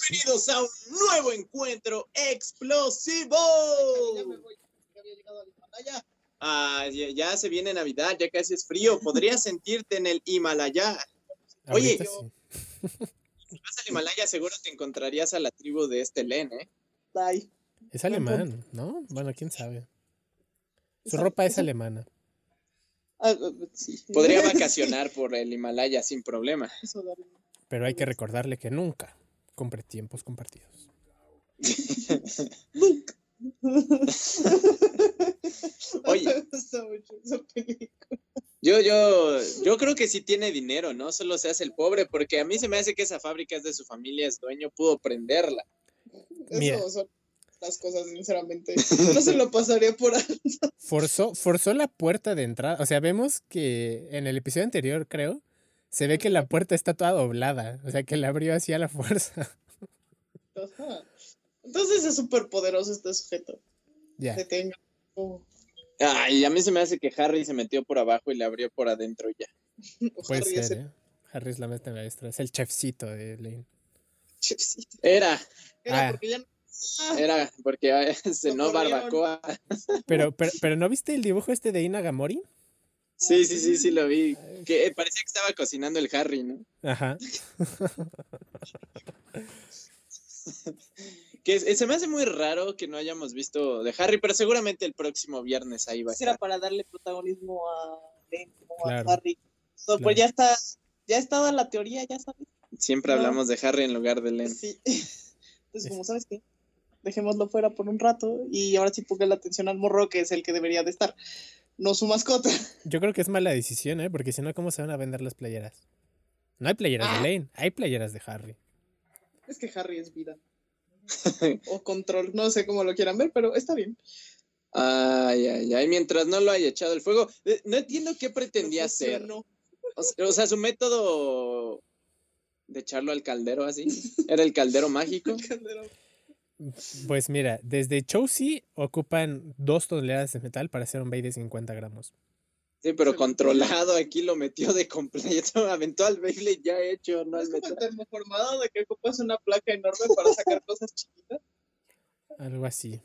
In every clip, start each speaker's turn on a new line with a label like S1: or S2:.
S1: Bienvenidos a un nuevo encuentro explosivo.
S2: Ya me voy, ya había llegado a la pantalla.
S1: Ah, ya, ya se viene Navidad, ya casi es frío. Podrías sentirte en el Himalaya. Oye.
S3: Ahorita sí.
S1: Si vas al Himalaya, seguro te encontrarías a la tribu de este Len, ¿eh?
S2: Ay,
S3: Es alemán, ¿no? Bueno, quién sabe. Su
S2: esa-
S3: ropa es
S2: esa-
S3: alemana.
S2: ah, ah, sí.
S1: Podría
S2: Sí,
S1: vacacionar por el Himalaya sin problema.
S2: eso, David.
S3: Pero hay que recordarle que nunca compre tiempos compartidos.
S2: Look.
S1: Oye.
S2: Me gusta mucho esa película.
S1: Yo, yo, yo creo que sí tiene dinero, ¿no? Solo se hace el pobre, porque a mí se me hace que esa fábrica es de su familia, es dueño, pudo prenderla.
S3: Mira.
S2: Eso son las cosas, sinceramente. No se lo pasaría por alto.
S3: Forzó, forzó la puerta de entrada. O sea, vemos que en el episodio anterior, creo, se ve que la puerta está toda doblada. O sea, que la abrió así a la fuerza.
S2: Ajá. Entonces es súper poderoso este sujeto.
S3: ya.
S2: Detenga. Oh,
S1: Ay, a mí se me hace que Harry se metió por abajo y le abrió por adentro y ya.
S3: Puede
S2: pues Harry es
S3: ser,
S2: el-
S3: ¿eh? Harry es la maestra maestra. Es el chefcito de Lane.
S1: Era,
S2: Era
S3: Ah.
S2: porque ya no- Ah,
S1: era, porque cenó
S2: Lo corrieron.
S1: barbacoa.
S3: Pero, pero, pero ¿no viste el dibujo este de Inagamori?
S1: Sí, sí, sí, sí, lo vi. Que eh, parecía que estaba cocinando el Harry, ¿no?
S3: Ajá.
S1: Que es- eh, se me hace muy raro que no hayamos visto de Harry, pero seguramente el próximo viernes ahí va a
S2: Pues era
S1: estar.
S2: para darle protagonismo a Len como
S3: Claro.
S2: a Harry. So,
S3: Claro.
S2: Pues ya está, ya estaba la teoría, ya sabes.
S1: Siempre
S2: No.
S1: hablamos de Harry en lugar de Len.
S2: Pues Sí. Entonces, como sabes que dejémoslo fuera por un rato y ahora sí ponga la atención al morro que es el que debería de estar, no su mascota.
S3: Yo creo que es mala decisión, ¿eh? Porque si no, ¿cómo se van a vender las playeras? No hay playeras
S2: Ah.
S3: de Lane, hay playeras de Harry.
S2: Es que Harry es vida. o control, no sé cómo lo quieran ver, pero está bien.
S1: Ay, ay, ay, mientras no lo haya echado el fuego, eh, no entiendo qué pretendía
S2: Pues, No
S1: hacer.
S2: funcionó.
S1: O sea, o sea, su método de echarlo al caldero así, era el caldero mágico.
S2: Calderón.
S3: Pues mira, desde Chelsea ocupan dos toneladas de metal para hacer un bay de 50 gramos.
S1: Sí, pero controlado, aquí lo metió de completo, aventó al Beyblade ya hecho, no
S2: No
S1: al
S2: es como el
S1: metal.
S2: termoformado de que ocupas una placa enorme para sacar cosas chiquitas.
S3: Algo así.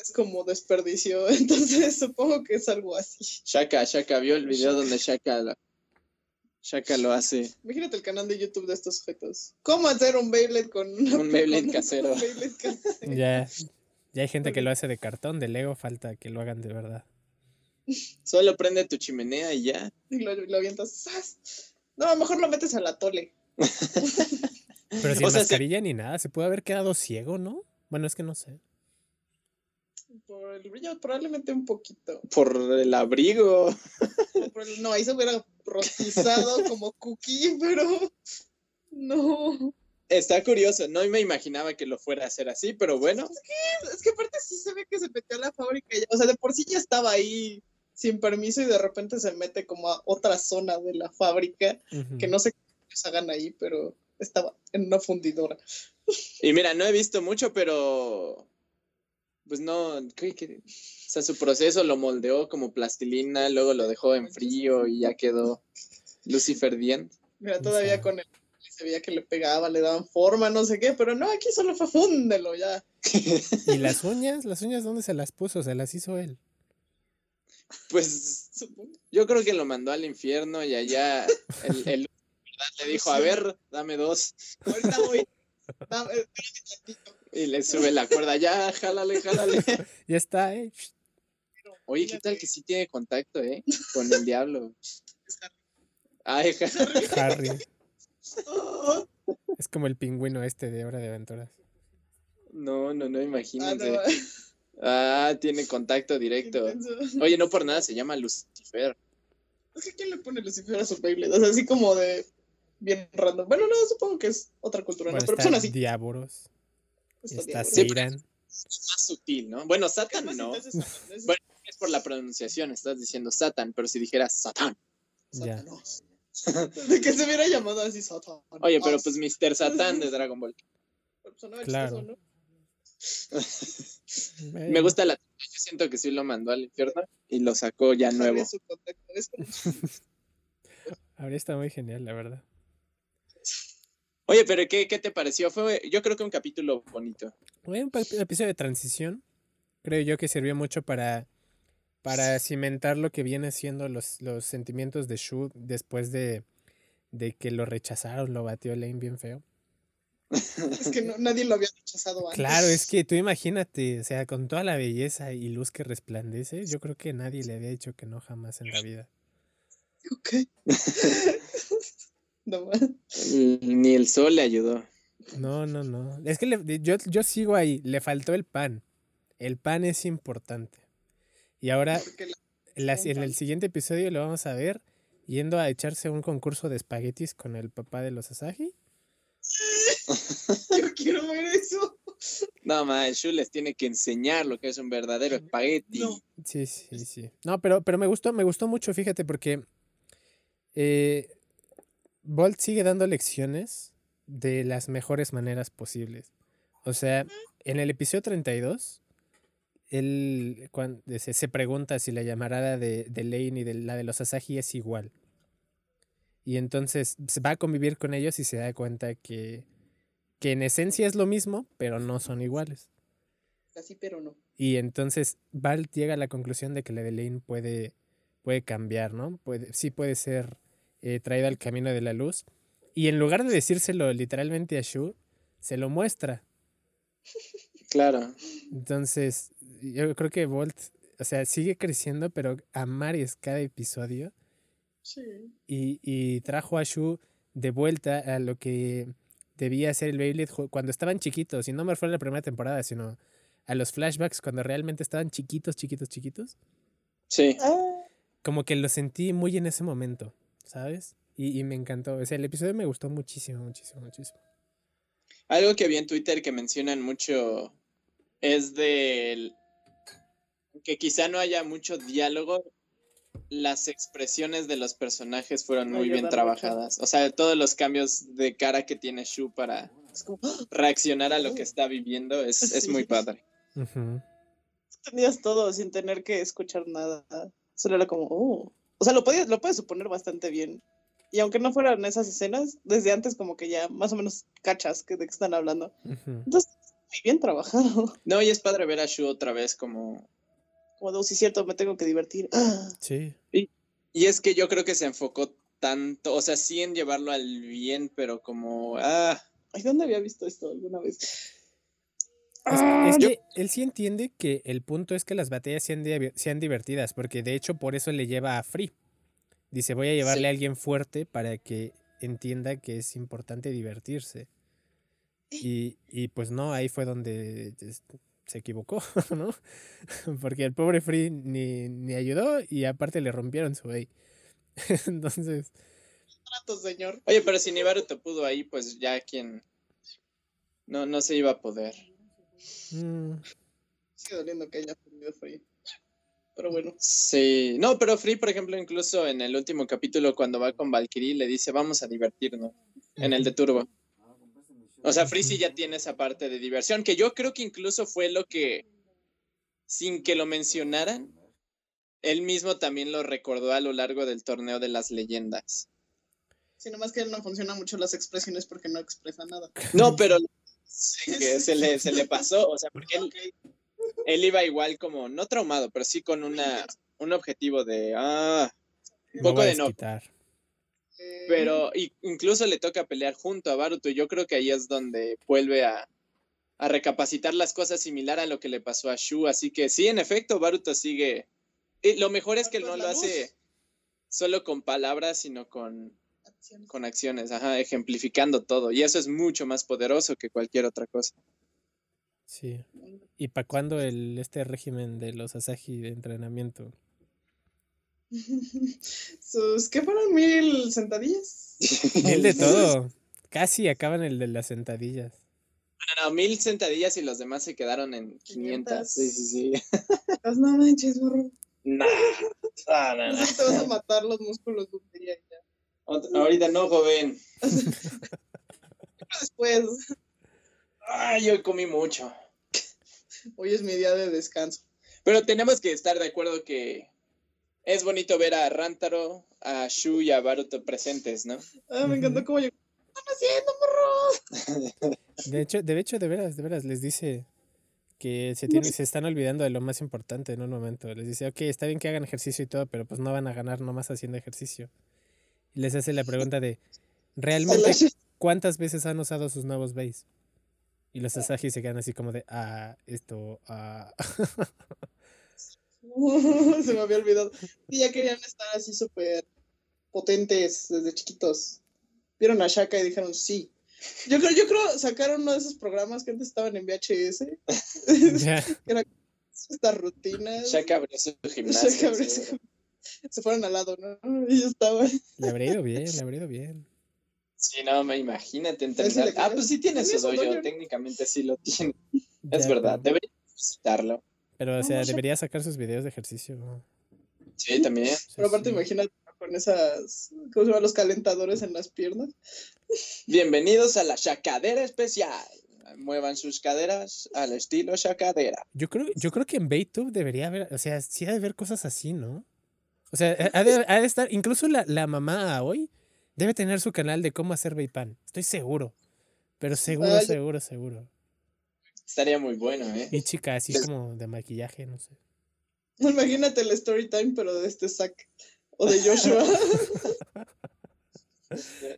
S2: Es como desperdicio, entonces supongo que es algo así.
S1: Shaka, Shaka, vio el video donde Shaka, la- Shaka lo hace.
S2: Imagínate el canal de YouTube de estos sujetos. ¿Cómo hacer un Beyblade con una-
S1: Un Beyblade
S2: con un
S1: casero.
S2: Beyblade casero?
S3: Ya, ya hay gente que lo hace de cartón, de Lego, falta que lo hagan de verdad.
S1: Solo prende tu chimenea y ya.
S2: Y lo, lo avientas. ¡zas! No, a lo mejor lo metes al atole.
S3: Pero sin
S1: O sea, sí.
S3: mascarilla ni nada, se puede haber quedado ciego, ¿no? Bueno, es que no sé.
S2: Por el brillo, probablemente un poquito.
S1: Por el abrigo.
S2: O por el- no, ahí se hubiera rostizado como cookie, pero. No.
S1: Está curioso, no me imaginaba que lo fuera a hacer así, pero bueno,
S2: Es que aparte sí se ve que se metió a la fábrica. y- O sea, de por sí ya estaba ahí sin permiso y de repente se mete como a otra zona de la fábrica.
S3: Ujú.
S2: Que no sé qué se hagan ahí, pero estaba en una fundidora.
S1: Y mira, no he visto mucho, pero pues no, ¿qué- qué? o sea, su proceso lo moldeó como plastilina, luego lo dejó en frío y ya quedó Lucifer Dien.
S2: Mira,
S3: No
S2: todavía
S3: sé.
S2: con el se veía que le pegaba, le daban forma, no sé qué, pero no, aquí solo fue fúndelo ya.
S3: ¿Y las uñas? ¿Las uñas dónde se las puso? Se las hizo él.
S1: Pues
S2: Supongo.
S1: yo creo que lo mandó al infierno y allá el, el le dijo, a ver, dame dos
S2: Ahorita voy. eh, Dame, espérame tantito.
S1: y le sube la cuerda, ya, jálale, jálale.
S3: Ya está, ¿eh? Ch-
S1: Oye, ¿qué tal que sí tiene contacto, eh? Con el diablo. Ay, ja-
S3: Harry.
S2: Oh,
S3: Es como el pingüino este de Hora de Aventuras.
S1: no, no, no,
S2: ah, no,
S1: imagínense. Ah, tiene contacto directo.
S2: intenso.
S1: Oye, no por nada se llama Lucifer.
S2: Es que ¿quién le pone Lucifer a su Beyblade? O sea, así como de bien random. Bueno, no, supongo que es otra cultura,
S3: Bueno,
S2: ¿no? pero pues son
S3: está
S2: así. pues,
S3: Diaboros,
S2: Está
S3: está
S2: bien.
S1: sí.
S3: Seiran.
S1: Más sutil, ¿no? Bueno,
S2: Es
S1: Satan
S2: más
S1: no,
S2: intenso, es- es-
S1: Bueno, es por la pronunciación, estás diciendo Satan, pero si dijeras Satán.
S3: Ya.
S2: Satanás. De que se hubiera llamado así Satan.
S1: Oye, pero pues Mr. Satán de Dragon Ball.
S3: Claro.
S2: claro.
S1: Me gusta la... Yo siento que sí lo mandó al infierno y lo sacó ya nuevo.
S2: Su contacto. Es como
S3: Habría estado muy genial, la verdad.
S1: Oye, pero ¿qué, qué te pareció? Fue, yo creo que un capítulo bonito.
S3: Fue un pa- episodio de transición. Creo yo que sirvió mucho para, para cimentar lo que viene siendo los, los sentimientos de Shu después de, de que lo rechazaron, lo batió Lane bien feo.
S2: Es que no- nadie lo había rechazado antes.
S3: Claro, es que tú imagínate, o sea, con toda la belleza y luz que resplandece, yo creo que nadie le había dicho que no jamás en la vida.
S2: Ok. no más.
S1: Ni el sol le ayudó.
S3: No, no, no. Es que le- de- yo, yo sigo ahí, le faltó el pan. El pan es importante. Y ahora
S2: Porque la-
S3: la-
S2: Un
S3: en
S2: pan.
S3: el siguiente episodio lo vamos a ver yendo a echarse un concurso de espaguetis con el papá de los Asahi.
S2: Yo quiero ver eso.
S1: No, man, Shu les tiene que enseñar lo que es un verdadero espagueti.
S2: No.
S3: Sí, sí, sí. No, pero, pero me gustó, me gustó mucho, fíjate, porque eh, Bolt sigue dando lecciones de las mejores maneras posibles. O sea, en el episodio 32, él cuan- se, se pregunta si la llamarada de, de Lane y de la de los Asahi es igual. Y entonces se va a convivir con ellos y se da cuenta que, que en esencia es lo mismo, pero no son iguales.
S2: Así, pero no.
S3: Y entonces Balt llega a la conclusión de que la de Lane puede, puede cambiar, ¿no? Puede, sí puede ser eh, traída al camino de la luz. Y en lugar de decírselo literalmente a Shu, se lo muestra.
S1: Claro.
S3: Entonces, yo creo que Bolt, o sea, sigue creciendo, pero a Maris cada episodio.
S2: Sí.
S3: Y, y trajo a Shu de vuelta a lo que debía ser el Beyblade ju- cuando estaban chiquitos. Y no me refiero a la primera temporada, sino a los flashbacks cuando realmente estaban chiquitos, chiquitos, chiquitos.
S1: Sí.
S2: Ah,
S3: como que lo sentí muy en ese momento, ¿sabes? Y, y me encantó. O sea, el episodio me gustó muchísimo, muchísimo, muchísimo.
S1: Algo que vi en Twitter que mencionan mucho es del que quizá no haya mucho diálogo. Las expresiones de los personajes fueron muy bien
S2: Ayudan
S1: trabajadas. O sea, todos los cambios de cara que tiene Shu para
S2: es como, ¡ah!
S1: reaccionar a lo que está viviendo es, es muy
S2: Sí.
S1: padre.
S3: Ujú.
S2: tenías todo sin tener que escuchar nada. Solo era como, oh. O sea, lo podías, lo puedes suponer bastante bien. Y aunque no fueran esas escenas, desde antes como que ya más o menos cachas que de qué están hablando.
S3: Ujú.
S2: Entonces, muy bien trabajado.
S1: No, y es padre ver a Shu otra vez como...
S2: Como, no, sí, cierto, me tengo que divertir. Ah,
S3: Sí.
S1: Y es que yo creo que se enfocó tanto, o sea, sí en llevarlo al bien, pero como... Ah,
S2: ay, ¿dónde había visto esto alguna vez?
S3: Es,
S2: Ah,
S3: es que él sí entiende que el punto es que las batallas sean, di- sean divertidas, porque de hecho por eso le lleva a Free. Dice, voy a llevarle
S1: Sí.
S3: a alguien fuerte para que entienda que es importante divertirse. Y, y pues no, ahí fue donde es- se equivocó, ¿no? Porque el pobre Free ni, ni ayudó y aparte le rompieron su way. Entonces,
S2: Trato, señor.
S1: Oye, pero si Nibaru te pudo ahí, pues ya quien. No, no se iba a poder.
S3: Mm,
S2: Sigue doliendo que haya perdido frío. Pero bueno.
S1: Sí. No, pero Free, por ejemplo, incluso en el último capítulo, cuando va con Valkyrie, le dice, vamos a divertirnos. En el de Turbo. O sea, Free sí ya tiene esa parte de diversión, que yo creo que incluso fue lo que, sin que lo mencionaran, él mismo también lo recordó a lo largo del torneo de las leyendas.
S2: Sino más que no funcionan mucho las expresiones porque no expresa nada.
S1: No, pero sí que se le, se le pasó, o sea, porque él,
S2: Ok,
S1: él iba igual como, no traumado, pero sí con una, un objetivo de, ah,
S3: me
S1: un poco
S3: voy a
S1: de no.
S3: desquitar.
S2: eh,
S1: Pero y- incluso le toca pelear junto a Baruto y yo creo que ahí es donde vuelve a, a recapacitar las cosas similar a lo que le pasó a Shu. Así que sí, en efecto, Baruto sigue. y lo mejor es que él no lo hace solo con palabras, sino con,
S2: Eh, acciones.
S1: con acciones, ajá, ejemplificando todo. Y eso es mucho más poderoso que cualquier otra cosa.
S3: Sí. ¿Y para cuándo el, este régimen de los Asahi de entrenamiento?
S2: Sus, ¿qué fueron? ¿Mil sentadillas?
S3: El de todo. Casi acaban el de las sentadillas.
S1: No, no, mil sentadillas y los demás se quedaron en 500.
S2: 500.
S1: Sí, sí, sí.
S2: Pues, no manches, burro.
S1: Nah. Ah, no, no.
S2: Así te vas a matar los músculos de un día y ya.
S1: Ot- Ahorita no, joven.
S2: Después,
S1: Ay, yo comí mucho.
S2: hoy es mi día de descanso.
S1: Pero tenemos que estar de acuerdo que es bonito ver a Rantaro, a Shu y a Baruto presentes, ¿no?
S2: Ah, me
S3: Ujú.
S2: encantó cómo llegó. están haciendo, morros?
S3: De hecho, de hecho, de veras, de veras, les dice que se, tiene- se están olvidando de lo más importante en un momento. Les dice, ok, está bien que hagan ejercicio y todo, pero pues no van a ganar nomás haciendo ejercicio. Y les hace la pregunta de, ¿realmente cuántas veces han usado sus nuevos base? Y los Asagi se quedan así como de, ah, esto, ah.
S2: Se me había olvidado. Y ya querían estar así súper potentes desde chiquitos. Vieron a Shaka y dijeron sí. Yo creo, yo creo sacaron uno de esos programas que antes estaban en VHS.
S3: Ya.
S2: Estas rutinas.
S1: Shaka abrió su gimnasio.
S2: Shaka abrió su- Se fueron al lado, ¿no? Y yo estaba.
S3: Le habría ido bien, le habría ido bien.
S1: Sí, no, me imagínate
S2: Ahí sí
S1: entrenar.
S2: le
S1: ah,
S2: crees.
S1: pues sí tiene
S2: Tiene
S1: su
S2: su
S1: dojo,
S2: dojo.
S1: técnicamente sí lo tiene. es
S3: Ya,
S1: verdad,
S3: Pero,
S1: debería visitarlo.
S3: pero, o
S2: No,
S3: sea,
S2: no sé.
S3: debería sacar sus videos de ejercicio. ¿no?
S1: Sí, también.
S3: O sea,
S2: Pero aparte,
S3: sí.
S2: imagínate con esas. ¿Cómo se llaman los calentadores en las piernas?
S1: Bienvenidos a la Shakadera especial. Muevan sus caderas al estilo Shakadera.
S3: Yo creo, yo creo que en BayTube debería haber, o sea, sí ha de haber cosas así, ¿no? O sea, ha- ha de, ha de estar, incluso la, la mamá hoy debe tener su canal de cómo hacer pan estoy seguro. Pero seguro,
S2: Ay.
S3: seguro, seguro.
S1: Estaría muy bueno, ¿eh?
S3: Y chica, así como de maquillaje, no sé.
S2: Imagínate el story time, pero de este sac. O de Joshua.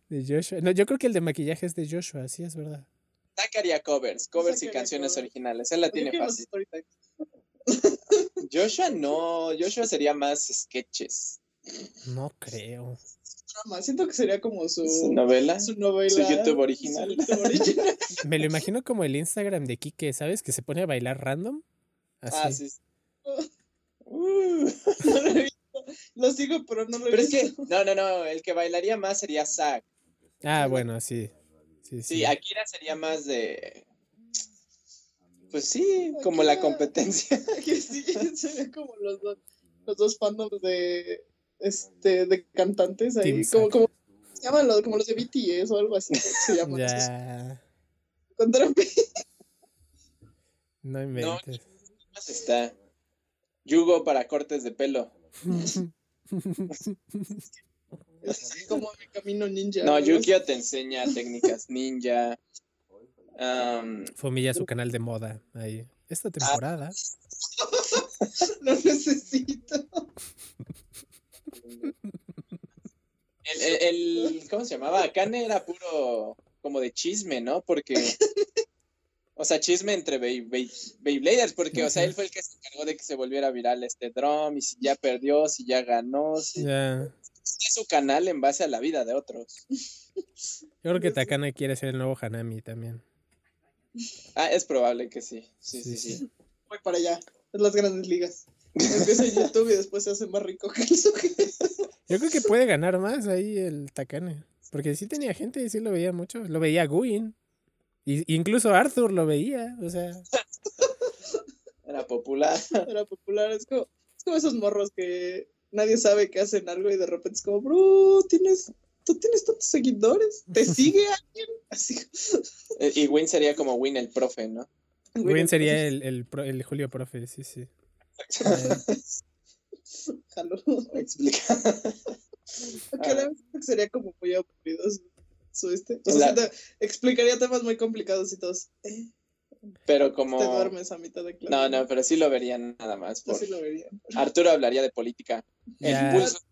S3: De Joshua. No, yo creo que el de maquillaje es de Joshua, sí, es verdad.
S1: Sacaría covers, covers y
S2: Sacaría
S1: canciones
S2: covers.
S1: originales. Él la
S2: Yo
S1: tiene
S2: quiero los
S1: fácil.
S2: story time. pues,
S1: Joshua no, Joshua sería más sketches.
S3: No creo.
S2: drama. Siento que sería como su,
S1: Su novela.
S2: su novela.
S1: su YouTube original.
S2: Su YouTube original.
S3: Me lo imagino como el Instagram de Kike, ¿sabes? Que se pone a bailar random. Así.
S1: Ah, sí. Uh.
S2: No lo he visto. Lo sigo, pero no lo he
S1: Pero es
S2: visto.
S1: que, no, no, no, el que bailaría más sería Zack.
S3: Ah, bueno, sí. Sí, sí.
S1: Sí, Akira sería más de. Pues sí, como la
S2: Akira.
S1: competencia.
S2: que sí, sería como los dos, los dos fandoms de este de cantantes ahí.
S3: Team
S2: Como,
S3: Zac.
S2: como, se llaman los, como los de BTS o algo así. Se llaman.
S3: ya.
S2: Cuando eran pequeños,
S3: No inventes.
S1: Más está. Yugo para cortes de pelo.
S2: Pues así como mi camino ninja.
S1: No,
S2: algo así.
S1: Yukio te enseña técnicas ninja. Am,
S3: Fomilla su canal de moda ahí. Esta
S1: Ah,
S3: temporada.
S2: Lo necesito.
S1: el, el- el- ¿Cómo se llamaba? Akane era puro como de chisme, ¿no? Porque. O sea, chisme entre Bey- Bey- Beybladers, porque, o sea, él fue el que se encargó de que se volviera viral este drum, y si ya perdió, si ya ganó, si
S3: Ya.
S1: es su canal en base a la vida de otros.
S3: Yo creo que Takana quiere ser el nuevo Hanami también.
S1: Ah, es probable que sí. Sí, sí,
S3: Sí,
S1: sí.
S2: Voy para allá. Es las grandes ligas. Empieza en YouTube y después se hace más rico que eso que
S3: Yo creo que puede ganar más ahí el Takane. Porque sí tenía gente y sí lo veía mucho. Lo veía Guin. Y, incluso Arthur lo veía. O sea,
S1: Era popular.
S2: era popular. Es como, es como esos morros que nadie sabe que hacen algo y de repente es como, bro, tienes, tú tienes tantos seguidores, te sigue alguien. Así.
S1: Eh, Y Win sería como Win el profe, ¿no?
S3: Guin sería el, el, pro- el Julio Profe, sí, sí. Eh,
S2: Jalo.
S1: Explica.
S2: Aunque
S1: Ah.
S2: ahora siento que sería como muy aburrido su, su este. O sea,
S1: La-
S2: siento- explicaría temas muy complicados y todos. eh,
S1: Pero
S2: Te
S1: como.
S2: duermes a mitad de clase.
S1: No, no, pero sí lo verían nada más.
S2: Yo
S1: por-
S2: sí lo vería.
S1: Arturo hablaría de política. El
S3: Ya.
S1: pulso.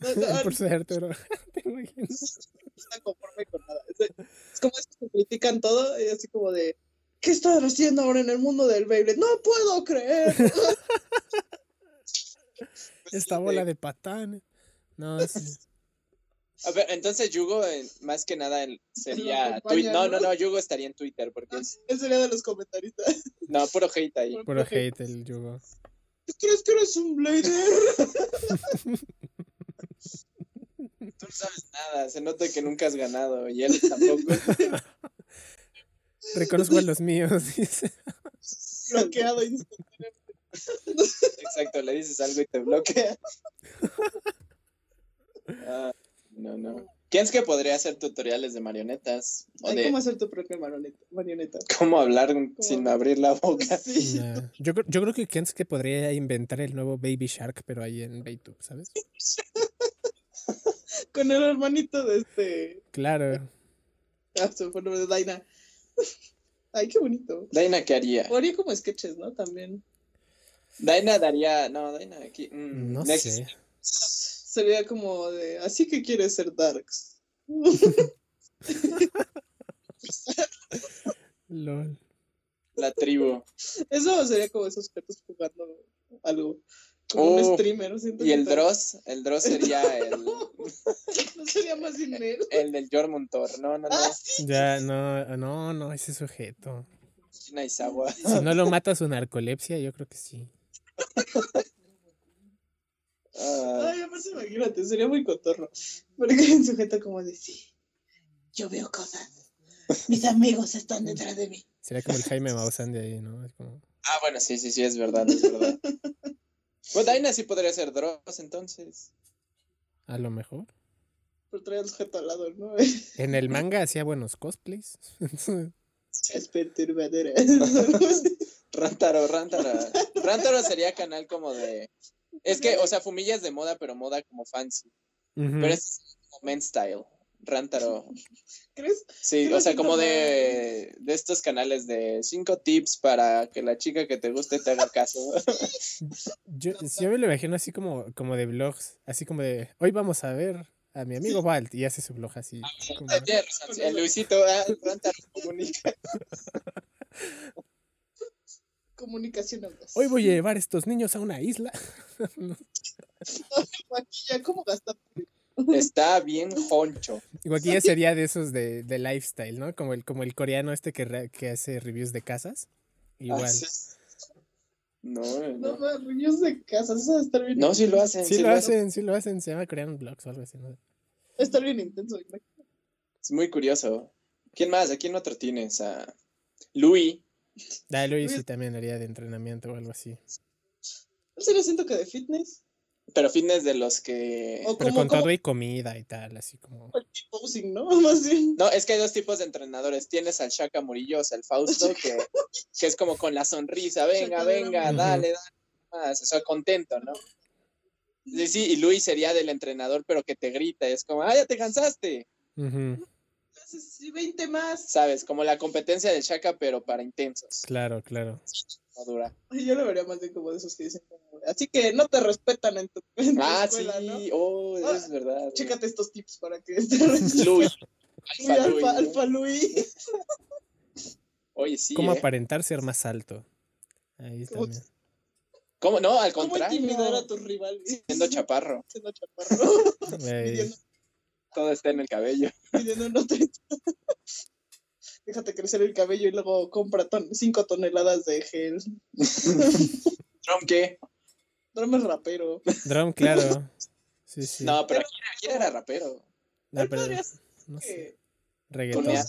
S2: No, no,
S3: Por ser Arturo. ¿Te imaginas?
S2: está conforme con nada. Es, de- es como esos que critican todo y así como de, ¿qué estás haciendo ahora en el mundo del Beyblade? No puedo creer.
S1: Pues
S3: Pues Esta bola de patán. No, sí.
S1: A ver, entonces Yugo, eh, más que nada, él
S2: Lo
S1: sería.
S2: acompaña,
S1: twi- No, no,
S2: ¿no?
S1: no, Yugo estaría en Twitter porque es.
S2: Él Ah, sería de los comentaristas.
S1: No, puro hate ahí.
S3: Puro hate el Yugo.
S2: ¿Tú crees que eres un blader?
S1: Tú no sabes nada. Se nota que nunca has ganado y él tampoco.
S3: Reconozco a los míos, dice.
S2: Bloqueado. insta-
S1: Exacto, le dices algo y te bloquea. Ah, no, no. ¿Quién que podría hacer tutoriales de marionetas? O
S2: Ay,
S1: de
S2: ¿Cómo hacer tu propia marioneta? marioneta?
S1: cómo hablar sin abrir la boca.
S2: Sí.
S3: Ya. Yo, creo- yo creo que Kensuke podría inventar el nuevo Baby Shark, pero ahí en BayTube, ¿sabes?
S2: Con el hermanito de este.
S3: Claro.
S2: Ah, se me fue el nombre de Daina. Ay, qué bonito.
S1: Daina, ¿qué haría?
S2: O haría como sketches, ¿no? También.
S1: Daina daría. No, Daina aquí. mm,
S3: No
S1: next.
S3: sé.
S2: Sería como de, así que quieres ser Darks.
S3: Lol.
S1: La tribu.
S2: Eso sería como esos perros jugando algo. Como
S1: Oh,
S2: un streamer, siento
S1: Y
S2: que
S1: el
S2: tal-
S1: Dross, el Dross sería el,
S2: No sería más dinero.
S1: el del Jormuntor. No, no, no.
S2: Ah, sí.
S3: Ya, no, no, no, ese sujeto.
S1: China Isawa.
S3: Si no lo mata su narcolepsia, yo creo que sí.
S1: Ah,
S2: Ay, aparte, imagínate, sería muy cotorro. Porque el sujeto como de, sí, yo veo cosas. Mis amigos están detrás de mí.
S3: Sería como el Jaime Maussan de ahí, ¿no? Es como-
S1: ah, bueno, sí, sí, sí, es verdad, es verdad. Pues Daina sí podría ser Dross, entonces.
S3: a lo mejor.
S2: Pero trae al sujeto al lado, ¿no?
S3: En el manga hacía buenos cosplays.
S2: Es perturbadora.
S1: Rántaro, Rántaro. Rántaro sería canal como de. Es que, o sea, Fumilla es de moda, pero moda como fancy.
S3: Ujú.
S1: Pero es como men style. Rántaro.
S2: ¿Crees?
S1: Sí,
S2: Yo
S1: o
S2: lo
S1: sea,
S2: siento
S1: como
S2: mal.
S1: de, de estos canales de cinco tips para que la chica que te guste te haga caso.
S3: Yo, yo me lo imagino así como, como de vlogs, así como de, hoy vamos a ver a mi amigo Balt y hace su blog así. como-
S1: Tienes razón, sí, el Luisito, ah, Rántaro comunica.
S2: Comunicación audaz.
S3: hoy voy a llevar estos niños a una isla.
S2: Aquí ya como gasta
S1: Está bien honcho.
S3: Digo, aquí ya sería de esos de, de lifestyle, ¿no? Como el, como el coreano este que, re- que hace reviews de casas. Igual.
S1: Ah, sí. No,
S2: No,
S1: no.
S2: más niños de casa, eso debe estar bien.
S1: No, sí lo hacen.
S3: Sí
S1: sí
S3: lo hacen, sí lo hacen, se llama Korean Vlogs o algo así, ¿no?
S2: debe estar bien intenso. imagínate.
S1: Es muy curioso. ¿Quién más? ¿A quién otro tienes? A Louis.
S3: Da Luis
S2: Luis-
S3: sí también haría de entrenamiento o algo así.
S1: pues,
S2: Yo sí lo siento que de fitness.
S1: Pero fitness de los que.
S2: O
S3: Pero
S2: como,
S3: con
S2: como
S3: todo y comida y tal, así como.
S1: Pues
S2: posing, ¿no? Más bien.
S1: No, es que hay dos tipos de entrenadores. Tienes al Shaka Murillo, o sea, el Fausto, que, que es como con la sonrisa, venga,
S2: Shaka
S1: venga,
S3: Murillo.
S1: dale, dale más. O sea, contento, ¿no? Sí, sí, y Luis sería del entrenador, pero que te grita, es como, ah, ya te cansaste,
S3: Ujú,
S2: Haces sí, 20 más.
S1: ¿sabes? Como la competencia del Shaka, pero para intensos,
S3: Claro, claro.
S1: no dura.
S2: Ay, Yo lo vería más bien como de esos que dicen. como, Así que no te respetan en tu, en tu
S1: Ah,
S2: escuela,
S1: sí,
S2: ¿no?
S1: oh,
S2: Ah,
S1: es verdad.
S2: Chécate estos tips para que te respeten.
S1: Luis,
S2: Muy
S1: Alfa Luis,
S2: Alfa,
S1: ¿no?
S2: alfa Luis.
S1: Oye, sí.
S3: ¿Cómo
S1: eh.
S3: aparentar ser más alto? Ahí
S2: ¿Cómo-
S3: también.
S1: ¿Cómo? No, al
S2: ¿Cómo intimidar a
S1: contrario.
S2: tus rivales?
S1: Siendo chaparro,
S2: Siendo chaparro.
S3: Ey.
S2: Pidiendo,
S1: todo está en el cabello.
S2: pidiendo un otro. Déjate crecer el cabello y luego compra 5 toneladas de gel.
S1: Trump, ¿qué?
S2: Drama es rapero.
S3: Drum, claro. Sí, sí.
S1: No, pero aquí era- aquí era rapero.
S3: No,
S2: Él
S3: pero
S2: podría
S3: no sé,
S2: que-
S3: reggaetón.
S1: Tunear.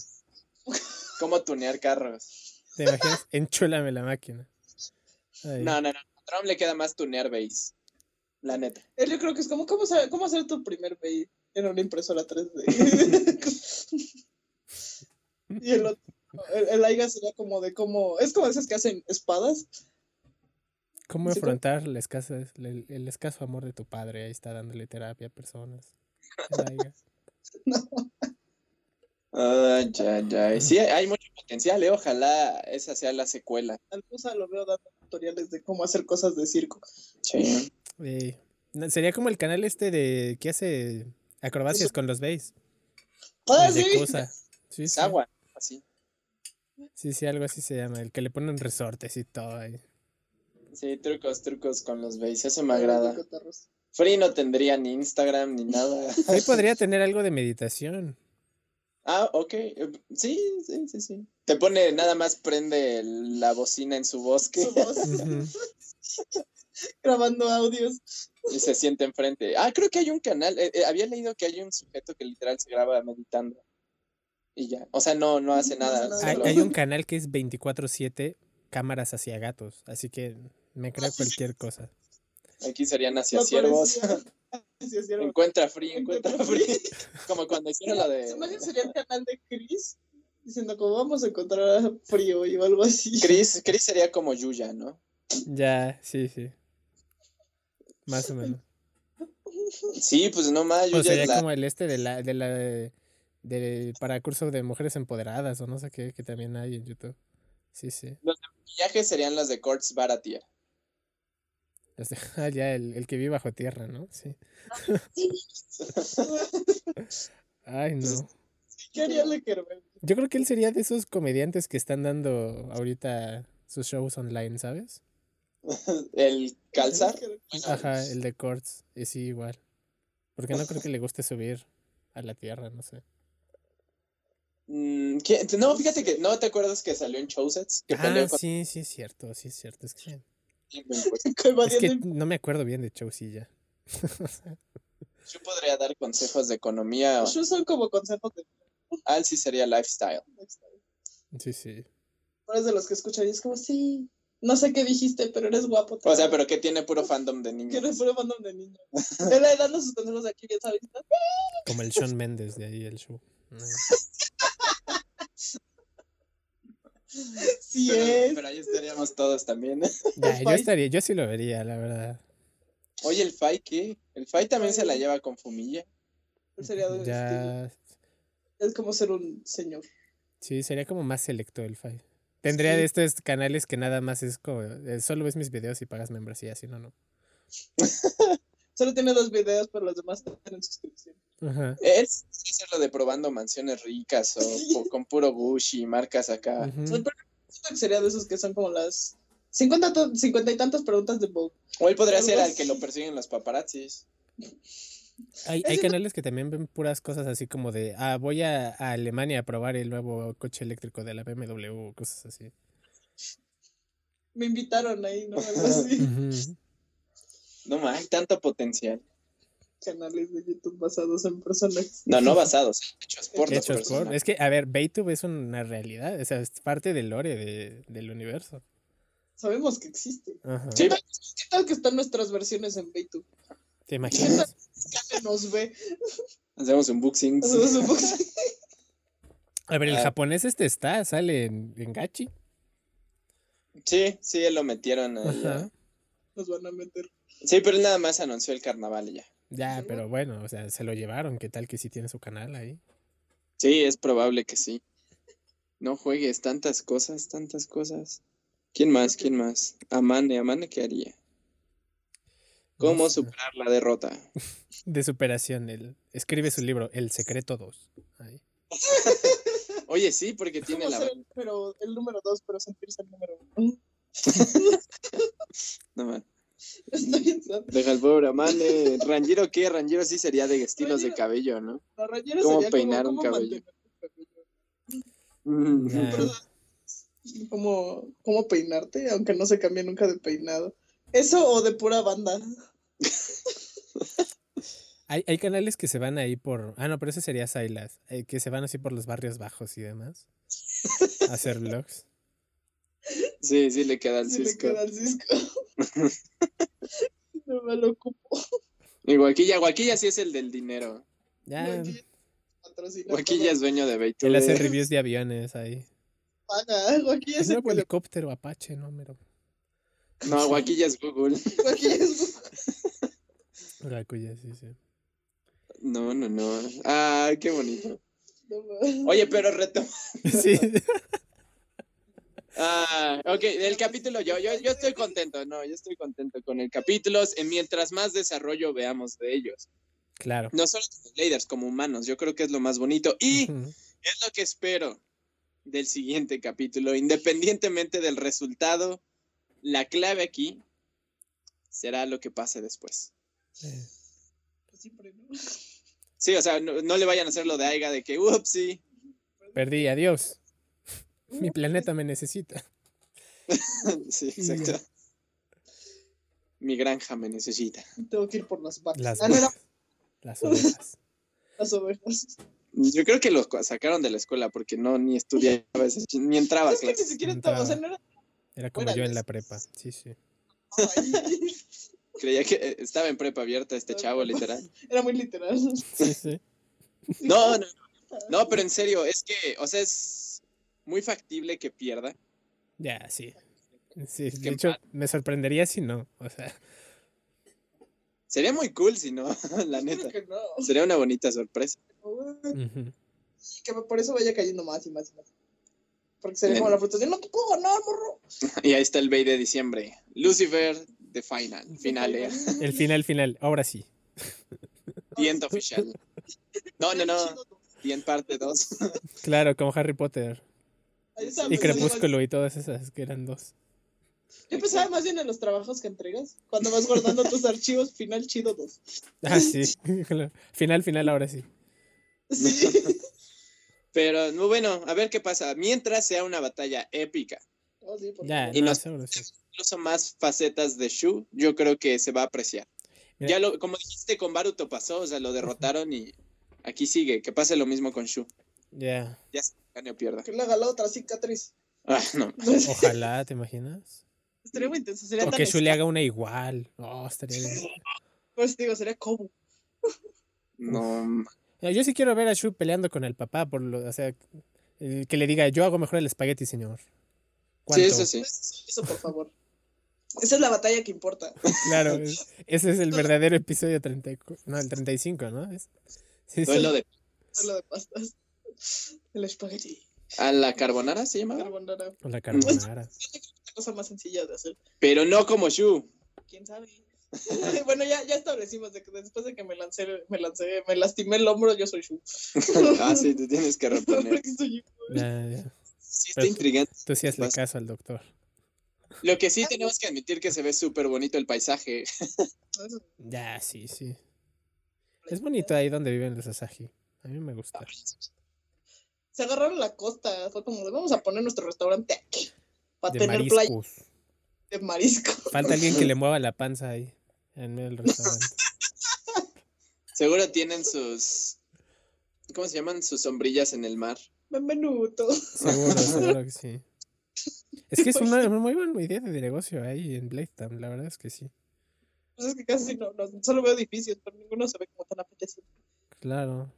S1: ¿Cómo tunear carros?
S3: ¿Te imaginas? Enchúlame la máquina. Ay,
S1: No, no, no. A Trump le queda más tunear base. La neta.
S2: Él Eh, yo creo que es como, ¿cómo, sa- cómo hacer tu primer BI en una impresora 3D? y el otro, el, el Aiga sería como de cómo, es como esas que hacen espadas.
S3: ¿Cómo
S2: sí, pero-
S3: afrontar la escasa- el, el escaso amor de tu padre? Ahí está dándole terapia a personas. El Aiga.
S1: Ah, ya, ya. Sí, hay mucho potencial, ¿eh? Ojalá esa sea la secuela.
S2: Al Musa lo veo dando tutoriales de cómo hacer cosas de circo.
S1: Sí.
S3: Ey. No, Eh, Sería como el canal este de que hace acrobacias con los bays.
S2: Ah,
S3: el de
S2: sí.
S3: Cusa. Sí, sí.
S1: agua, así.
S3: Sí, sí, algo así se llama. El que le ponen resortes y todo. ahí.
S1: Sí, trucos, trucos con los base. Eso me
S2: Muy
S1: agrada.
S2: cotorros.
S1: Free no tendría ni Instagram ni nada.
S2: Ah,
S3: Ahí podría tener algo de meditación.
S1: Ah, ok. Eh, Sí, sí, sí, sí. Te pone, nada más prende la bocina en su bosque
S2: Su voz,
S3: Ujú.
S2: grabando audios.
S1: y se siente enfrente. Ah, creo que hay un canal. eh, eh, había leído que hay un sujeto que literal se graba meditando. Y ya. O sea, no, no hace
S2: No
S1: nada.
S2: hace nada.
S3: Hay,
S1: solo-
S3: hay un canal que es 24-7 cámaras hacia gatos. Así que
S2: Ah,
S3: me creo cualquier cosa.
S1: Aquí serían hacia
S2: No
S1: ciervos.
S2: parecía- Hacia ciervos.
S1: Encuentra free, encuentra
S2: Encuentra
S1: free. Como cuando hicieron la de
S2: Se me hace que sería el canal de Chris diciendo como vamos a encontrar frío y o algo así.
S1: Chris. Chris sería como Yuya, ¿no?
S3: Ya, sí, sí. Más o menos.
S1: Sí, pues no más.
S3: O
S1: Yuya
S3: sería
S1: es la.
S3: como el este de la, de la de, para curso de mujeres empoderadas o no sé qué, que también hay en YouTube. Sí, sí.
S1: Viajes serían las de Corts Baratia.
S3: Las de- ah, ya, el, el que vive bajo tierra, ¿no? Sí. Ay, no.
S2: ¿Qué haría Leckerman?
S3: Yo creo que él sería de esos comediantes que están dando ahorita sus shows online, ¿sabes?
S1: El calzar.
S3: Ajá, el de Corts, es sí, igual. Porque no creo que le guste subir a la tierra, no sé.
S1: Mm, ¿quién- No, fíjate que no te acuerdas que salió en Chosets que
S3: Ah,
S1: peleó
S3: sí, sí, es cierto, sí, es cierto. Es que,
S1: con
S3: es que
S2: Evadiendo-
S3: no me acuerdo bien de Chowsilla.
S1: Yo podría dar consejos de economía.
S2: Pues Yo soy como consejos de
S1: Al sí sería lifestyle.
S3: sí, sí.
S2: eres de los que escuchan y es como, sí, no sé qué dijiste, pero eres guapo. te
S1: O sea,
S2: amo".
S1: pero que tiene puro fandom de
S2: Que eres
S1: niños.
S2: puro fandom de niño. Él ahí dando sus consejos aquí bien sabes.
S3: Como el Sean Méndez de ahí, el show. No.
S2: Sí
S1: Pero,
S2: es.
S1: pero ahí estaríamos todos también.
S3: Ya, yo
S2: Fai.
S3: estaría, yo sí lo vería, la verdad.
S1: Oye, el Fai, ¿qué? El Fai también se la lleva con Fumilla.
S2: Sería de estilo.
S3: Ya,
S2: Es como ser un señor.
S3: sí, sería como más selecto el Fai. Tendría de estos canales que nada más es como, eh, solo ves mis videos y pagas membresía, si no, no.
S2: Solo tiene dos videos, pero los demás tienen suscripción.
S3: Ajá.
S1: Es hacerlo de probando mansiones ricas o po- con puro Gucci, marcas
S2: Ah,
S1: acá.
S3: Ujú.
S2: Soy- Siento que sería de esos que son como las 50, to- 50 y tantas preguntas de Vogue.
S1: O él podría ser
S2: Algo
S1: al que lo
S2: así.
S1: persiguen los paparazzis.
S3: Hay, hay canales que también ven puras cosas así como de, ah, voy a, a Alemania a probar el nuevo coche eléctrico de la BMW o cosas así.
S2: Me invitaron ahí, ¿no? Algo así.
S3: Ujú.
S1: No ma, hay tanto potencial.
S2: Canales de YouTube basados en personas.
S1: No, no basados, hechos por las
S3: Hechos por-
S1: personas.
S3: Es que, a ver, Beitube es una realidad, o sea, es parte del lore de- del universo.
S2: Sabemos que existe.
S3: Ajá.
S1: Sí,
S2: ¿Qué tal que están nuestras versiones en YouTube?
S3: ¿Te imaginas?
S2: Nadie nos ve.
S1: hacemos un boxing.
S2: Hacemos un boxeo.
S3: A ver, el
S1: Ah.
S3: japonés este está, sale en, en Gachi.
S1: Sí, sí, lo metieron ahí.
S3: Ajá.
S2: Nos van a meter.
S1: Sí, pero él nada más anunció el carnaval y ya.
S3: Ya,
S2: Ujú.
S3: pero bueno, o sea, se lo llevaron, ¿qué tal que sí tiene su canal ahí?
S1: Sí, es probable que sí. No juegues tantas cosas, tantas cosas. ¿Quién más? ¿Quién más? Amane, Amane, ¿qué haría?
S3: No
S1: ¿Cómo
S3: sé.
S1: superar la derrota?
S3: De superación, él escribe su libro, El Secreto 2. Ahí.
S1: Oye, sí, porque tiene
S2: ¿Cómo
S1: la...
S2: ser el, pero, el número dos, pero sentirse el número uno?
S1: No, ma.
S2: Estoy pensando.
S1: Deja al pobre Amane. ¿Ranjiro qué? Ranjiro sí sería de estilos de
S2: Ranjiro-
S1: cabello, ¿no?
S2: La rayera
S1: ¿Cómo
S2: sería
S1: peinar un
S2: como, ¿cómo
S1: cabello?
S2: mantener tu cabello?
S3: Ya.
S2: Pero, ¿Cómo, cómo peinarte, aunque no se cambie nunca de peinado. Eso o de pura banda.
S3: Hay, hay canales que se van ahí por. Ah, no, pero ese sería Silas. eh, que se van así por los barrios bajos y demás. A hacer vlogs.
S1: Sí, sí le queda al
S2: Si le
S1: Cisco.
S2: queda al cisco. no me lo ocupo.
S1: Y Guaquilla, Guaquilla sí es el del dinero.
S3: Ya.
S2: Guaquilla- Patrocina.
S1: Guaquilla es dueño de Beito.
S3: Él hace reviews de aviones ahí.
S2: todo. Paga. Guaquilla
S3: El
S2: es el
S3: nuevo
S2: que le
S3: helicóptero Apache, no, pero.
S1: No, Guaquilla es Google.
S2: Guaquilla es-
S3: Rakuya, sí, sí.
S1: No, no, no. Ah, qué bonito.
S2: no mames.
S1: Oye, pero reto.
S3: Sí.
S1: Ah, ok, el capítulo, yo, yo, yo estoy contento, no, yo estoy contento con el capítulo, eh, mientras más desarrollo veamos de ellos,
S3: Claro.
S1: no solo como leaders, como humanos, yo creo que es lo más bonito y
S3: Ujú.
S1: es lo que espero del siguiente capítulo, independientemente del resultado, la clave aquí será lo que pase después.
S3: Sí.
S2: Pues Siempre, ¿no?
S1: Sí, o sea, no, no le vayan a hacer lo de Aiga de que, ups, sí,
S3: Perdí, adiós. Mi planeta me necesita.
S1: sí,
S3: Y ya.
S1: exacto. Mi granja me necesita.
S2: Tengo que ir por las vacas.
S3: Las
S2: Ah, no, era
S3: vacas. Las ovejas.
S2: las ovejas.
S1: Yo creo que los cua- sacaron de la escuela porque no, ni estudiaba, ese ch- ni entraba a
S2: Es que ni
S1: clases.
S2: siquiera estaba, o sea, no era
S3: Era como yo en la prepa. Sí, sí.
S2: ahí.
S1: Creía que eh, estaba en prepa abierta este chavo, literal.
S2: Era muy literal.
S3: Sí, sí.
S1: No, no, no, pero en serio, es que, o sea, es muy factible que pierda.
S3: Ya, sí. Sí,
S1: que
S3: de hecho, me sorprendería si no. O sea,
S1: Sería muy cool si no, la
S2: Creo
S1: neta.
S2: que no.
S1: Sería una bonita sorpresa.
S3: ujú.
S2: Y que por eso vaya cayendo más y más y más. Porque se ve como la frustración, no te puedo ganar, morro.
S1: Y ahí está el 20 de diciembre. Lucifer, The Final. eh. Finale.
S3: El final, final. Ahora sí.
S1: The End Official. No, no, no. The End Parte 2.
S3: Claro, como Harry Potter.
S2: Ahí está,
S3: Y
S2: pues,
S3: Crepúsculo y todas esas que eran dos.
S2: igual. Yo pensaba más bien en los trabajos que entregas. Cuando vas guardando tus archivos, final chido 2.
S3: Ah, sí. claro. Final, final, ahora sí.
S2: Sí.
S1: Pero no, bueno, a ver qué pasa. Mientras sea una batalla épica,
S2: Oh, sí, por
S3: Ya,
S2: favor.
S1: Y
S3: no,
S1: nos-
S3: seguro sí.
S1: incluso más facetas de Shu, yo creo que se va a apreciar.
S3: Mira.
S1: Ya lo, como dijiste con Baruto pasó, o sea, lo derrotaron y aquí sigue. Que pase lo mismo con Shu.
S3: Ya.
S1: Ya se gane o pierda.
S2: Que le haga la otra cicatriz.
S1: Ah, no.
S3: Ojalá, ¿te imaginas?
S2: Estaría muy intenso. Sería
S3: O
S2: tan
S3: que Shu le
S2: extra-
S3: haga una igual. Oh, estaría bien.
S2: Por eso te pues, digo, sería como.
S1: No.
S3: Mira, Eh, Yo sí quiero ver a Shu peleando con el papá, por lo, o sea, el que le diga, yo hago mejor el espagueti, señor.
S1: Sí,
S3: ¿Cuánto?
S1: eso sí.
S2: Eso, por favor. Esa es la batalla que importa.
S3: Claro, es- ese es el verdadero episodio 34, no, el 35, ¿no? Es- sí, sí.
S1: Duelo de.
S2: No lo de pastas. El espagueti.
S1: ¿A la carbonara se llamaba?
S2: Carbonara.
S3: O la carbonara.
S2: La cosa más sencilla de hacer.
S1: Pero no como Shu.
S2: ¿Quién sabe? bueno, ya, ya establecimos de que después de que me lancé, me lancé, me lastimé el hombro, yo soy Shu.
S1: Ah, sí, te tienes que reponer.
S2: Porque soy Shu.
S3: Ya, ya.
S1: Sí, está
S3: Pero-
S1: intrigante.
S3: Tú sí hazle
S1: Vas.
S3: caso al doctor.
S1: Lo que sí tenemos que admitir que se ve súper bonito el paisaje.
S3: Ya, sí, sí. Es bonito ahí donde viven los Asahi. A mí me gusta.
S2: Se agarraron la costa, fue como, de, vamos a poner nuestro restaurante aquí, para
S3: De
S2: tener playa
S3: mariscos.
S2: de marisco.
S3: Falta alguien que le mueva la panza ahí, en el restaurante.
S1: Seguro tienen sus. ¿Cómo se llaman? Sus sombrillas en el mar.
S2: Benvenuto.
S3: Seguro, seguro que sí. Es que es una, una muy buena idea de negocio ahí en Blade Town, la verdad es que sí.
S2: Pues es que casi no, no, solo veo edificios, pero ninguno se ve como tan apetecido.
S3: Claro.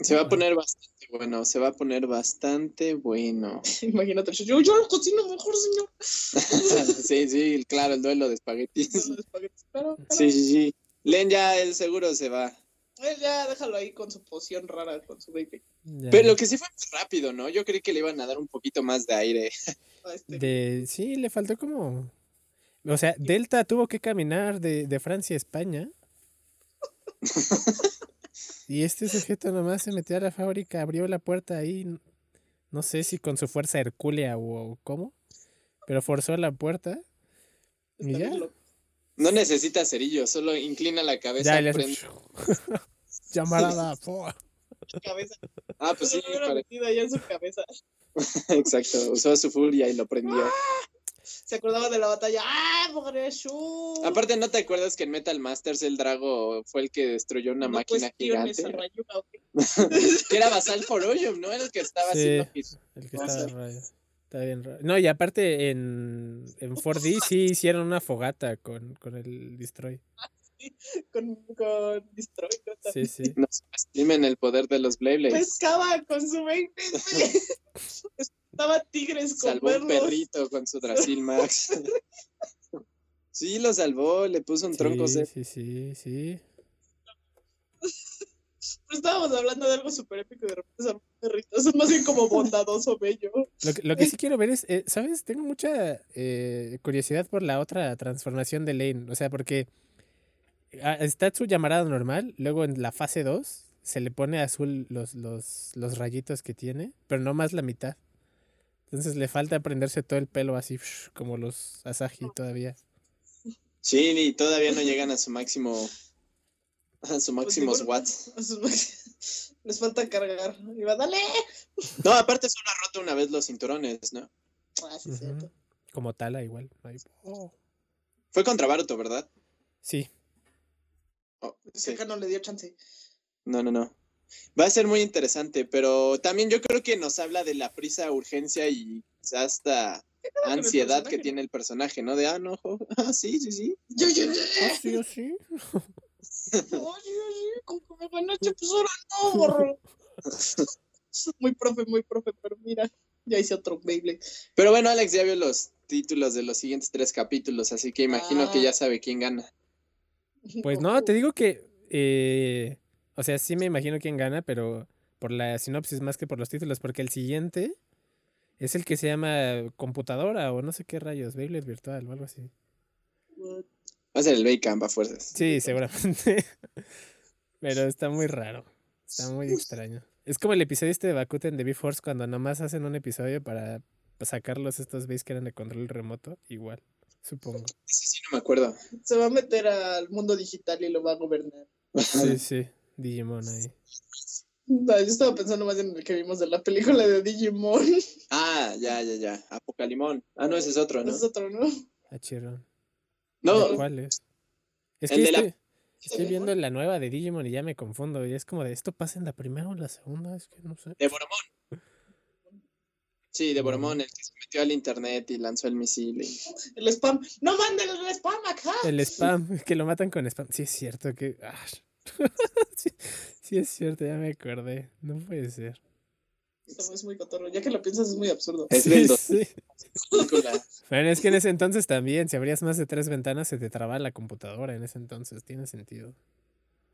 S1: Se va a poner bastante bueno, se va a poner bastante bueno.
S2: Imagínate, yo, yo, yo lo cocino mejor, señor.
S1: sí, sí, claro, el duelo de espaguetis.
S2: Los espaguetis, claro, claro.
S1: Sí, sí, sí. Len ya, él seguro se va.
S2: Él ya déjalo ahí con su poción rara, con su baby.
S3: Ya.
S1: Pero lo que sí fue muy rápido, ¿no? Yo creí que le iban a dar un poquito más de aire.
S2: A este.
S3: De, sí, le faltó como... O sea, Delta tuvo que caminar de, de Francia a España. Y este sujeto nomás se metió a la fábrica, abrió la puerta ahí, no sé si con su fuerza hercúlea o, o cómo, pero forzó la puerta. Y
S2: Está
S3: ya,
S2: bien loco.
S1: No necesita cerillo, solo inclina la cabeza.
S3: ya le hace...
S1: prende-
S3: Llamarada, po.
S2: Cabeza.
S1: Ah, pues sí,
S2: lo hubiera
S1: para-
S2: metido allá en su cabeza.
S1: exacto. Usó su furia y lo prendió.
S2: Se acordaba de la batalla. ¡Ah, pobre Shu!
S1: Aparte, ¿no te acuerdas que en Metal Masters el drago fue el que destruyó una
S2: No
S1: máquina
S2: cuestiones
S1: gigante?
S2: a Rayuca, ¿ok?
S1: Que era Basal Forolium, ¿no? Era el que estaba
S3: Sí.
S1: haciendo hit.
S3: El que
S1: No
S3: estaba
S1: sé.
S3: rayado. Está bien raro. No, y aparte en, en 4D sí hicieron una fogata con, con el Destroy.
S2: Con, con Destroy. ¿no?
S3: Sí, sí.
S1: Nos estimen el poder de los Beyblades.
S2: Pescaba con su baby. Estaba tigres con
S1: salvó un
S2: verlos.
S1: perrito con su Drasil Max. sí, lo salvó, le puso un tronco
S3: Sí,
S1: seco.
S3: sí, sí, sí.
S2: Pero estábamos hablando de algo súper épico y de repente son perritos. Es más bien como bondadoso, bello.
S3: Lo, que- lo que sí quiero ver es, eh, ¿sabes? Tengo mucha eh, curiosidad por la otra transformación de Lane. O sea, porque ah, está su llamarada normal, luego en la fase 2 se le pone azul los, los, los rayitos que tiene, pero no más la mitad. Entonces le falta prenderse todo el pelo así, como los Asahi todavía.
S1: Sí, y todavía no llegan a su máximo. A su máximos
S2: Pues seguro.
S1: watts.
S2: A sus máquinas. Les falta cargar. Y va, dale.
S1: No, aparte solo ha roto una vez los cinturones, ¿no?
S2: Ah, sí, es cierto.
S3: Ujú. Como Tala igual. Ahí. Oh.
S1: Fue contra Baruto, ¿verdad?
S3: Sí,
S1: Oh,
S2: Es
S1: sí.
S2: que acá no le dio chance.
S1: No, no, no. Va a ser muy interesante, pero también yo creo que nos habla de la prisa, urgencia y quizás hasta
S2: con el
S1: ansiedad que
S2: personaje,
S1: tiene el personaje, ¿no? De, ah, no, jo- ah, sí, sí, sí.
S2: Yo, yo, yo.
S3: Ah, sí, ah, sí.
S2: No, yo, yo, con que me ganaste, pues ahora no, morro. Muy profe, muy profe, pero mira, ya hice otro Beyblade.
S1: Pero bueno, Alex ya vio los títulos de los siguientes tres capítulos, así que imagino que
S2: Ah.
S1: ya sabe quién gana.
S3: Pues no, te digo que. eh, o sea, sí me imagino quién gana, pero por la sinopsis más que por los títulos, porque el siguiente es el que se llama computadora o no sé qué rayos, Beyblade virtual o algo así.
S1: Va a ser el Baycamp a fuerzas.
S3: Sí, seguramente. Pero está muy raro. Está muy extraño. Es como el episodio este de Bakuten de B-Force cuando nomás hacen un episodio para sacarlos estos veis que eran de control remoto. Igual, supongo.
S1: Sí, sí, no me acuerdo.
S2: Se va a meter al mundo digital y lo va a gobernar.
S3: Sí, sí. Digimon ahí.
S2: No, yo estaba pensando más en el que vimos de la película de Digimon.
S1: Ah, ya, ya, ya. Apocalimón. Ah, no, ese es otro, ¿no?
S2: Es otro, ¿no?
S3: A Chiron.
S1: No,
S3: ¿Cuál es? Es
S1: El
S3: que
S1: de la-
S3: estoy, estoy viendo la nueva de Digimon y ya me confundo. Y es como de esto pasa en la primera o en la segunda. Es que no sé.
S1: de Boromón. Sí, de Boromón, el que se metió al internet y lanzó el misil. y-
S2: El spam. ¡No manden el spam acá!
S3: El spam, que lo matan con spam. Sí, es cierto que. ah, sí, sí es cierto, ya me acordé. No puede ser.
S2: Esto es muy cotorro. Ya que lo piensas, es muy absurdo.
S1: Es
S3: Sí,
S1: del dos-
S3: sí.
S1: película.
S3: Bueno, es que en ese entonces también, si abrías más de tres ventanas, se te traba la computadora. En ese entonces, tiene sentido.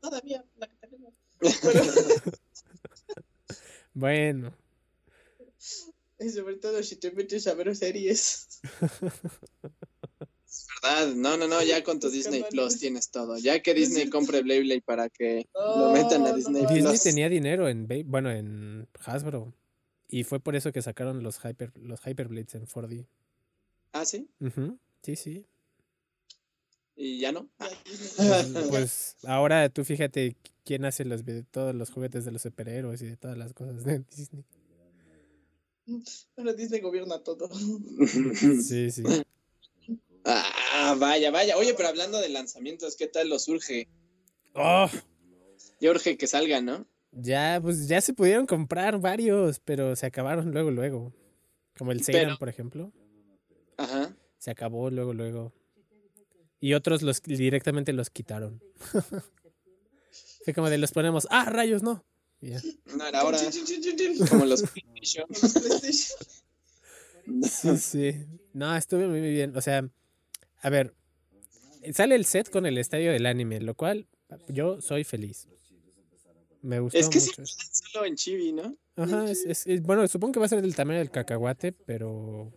S2: Todavía, la que tenemos.
S3: Bueno,
S2: Y sobre todo si te metes a ver series.
S1: ¿Verdad? No, no, no, ya con tu Disney Plus tienes todo. Ya que Disney compre Beyblade para que lo
S2: No,
S1: metan a
S2: no,
S1: Disney
S2: Oh, no.
S3: Disney
S1: Plus.
S2: los-
S3: tenía dinero en, Bay- bueno, en Hasbro. Y fue por eso que sacaron los, Hyper, los Hyperblades en 4D.
S1: Ah, sí.
S3: Ujú, Sí, sí.
S1: Y ya no.
S2: Ya, Disney.
S3: Pues, pues, ahora tú fíjate quién hace los, vide- todos los juguetes de los superhéroes y de todas las cosas de Disney.
S2: Ahora Disney gobierna todo.
S3: Sí, sí.
S1: ah, vaya, vaya. Oye, pero hablando de lanzamientos, ¿qué tal los urge?
S3: ¡Oh!
S1: Ya urge que salgan, ¿no?
S3: Ya, pues ya se pudieron comprar varios, pero se acabaron luego, luego. Como el Seiran,
S1: Pero-
S3: por ejemplo.
S1: Ajá.
S3: Se acabó luego, luego. Y otros los directamente los quitaron. Fue como de los ponemos, ¡ah, rayos, no! Y ya.
S1: No era ahora.
S2: Chin, chin, chin, chin, chin.
S1: Como los PlayStation.
S2: Los PlayStation.
S3: Sí, sí. No, estuve muy muy bien. O sea, a ver, sale el set con el estadio del anime, lo cual yo soy feliz. Me gustó
S1: Es que sí,
S3: mucho. eso.
S1: solo en Chibi, ¿no?
S3: Ajá, es- es- es- bueno, supongo que va a ser del tamaño del cacahuate, pero.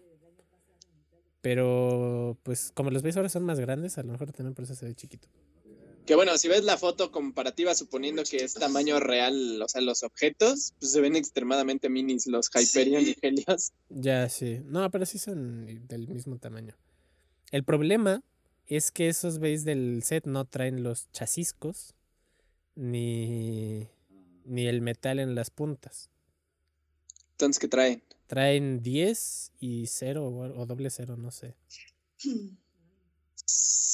S3: Pero, pues, como los veis ahora son más grandes, a lo mejor también por eso se ve chiquito.
S1: Que bueno, si ves la foto comparativa, suponiendo que es tamaño real, o sea, los objetos, pues se ven extremadamente minis los Hyperion y Helios.
S3: Ya, sí. No, pero sí son i- del mismo tamaño. El problema es que esos veis del set no traen los chaciscos ni, ni el metal en las puntas.
S1: Entonces, ¿qué traen?
S3: Traen 10 y 0 o, al- o doble 0, no sé.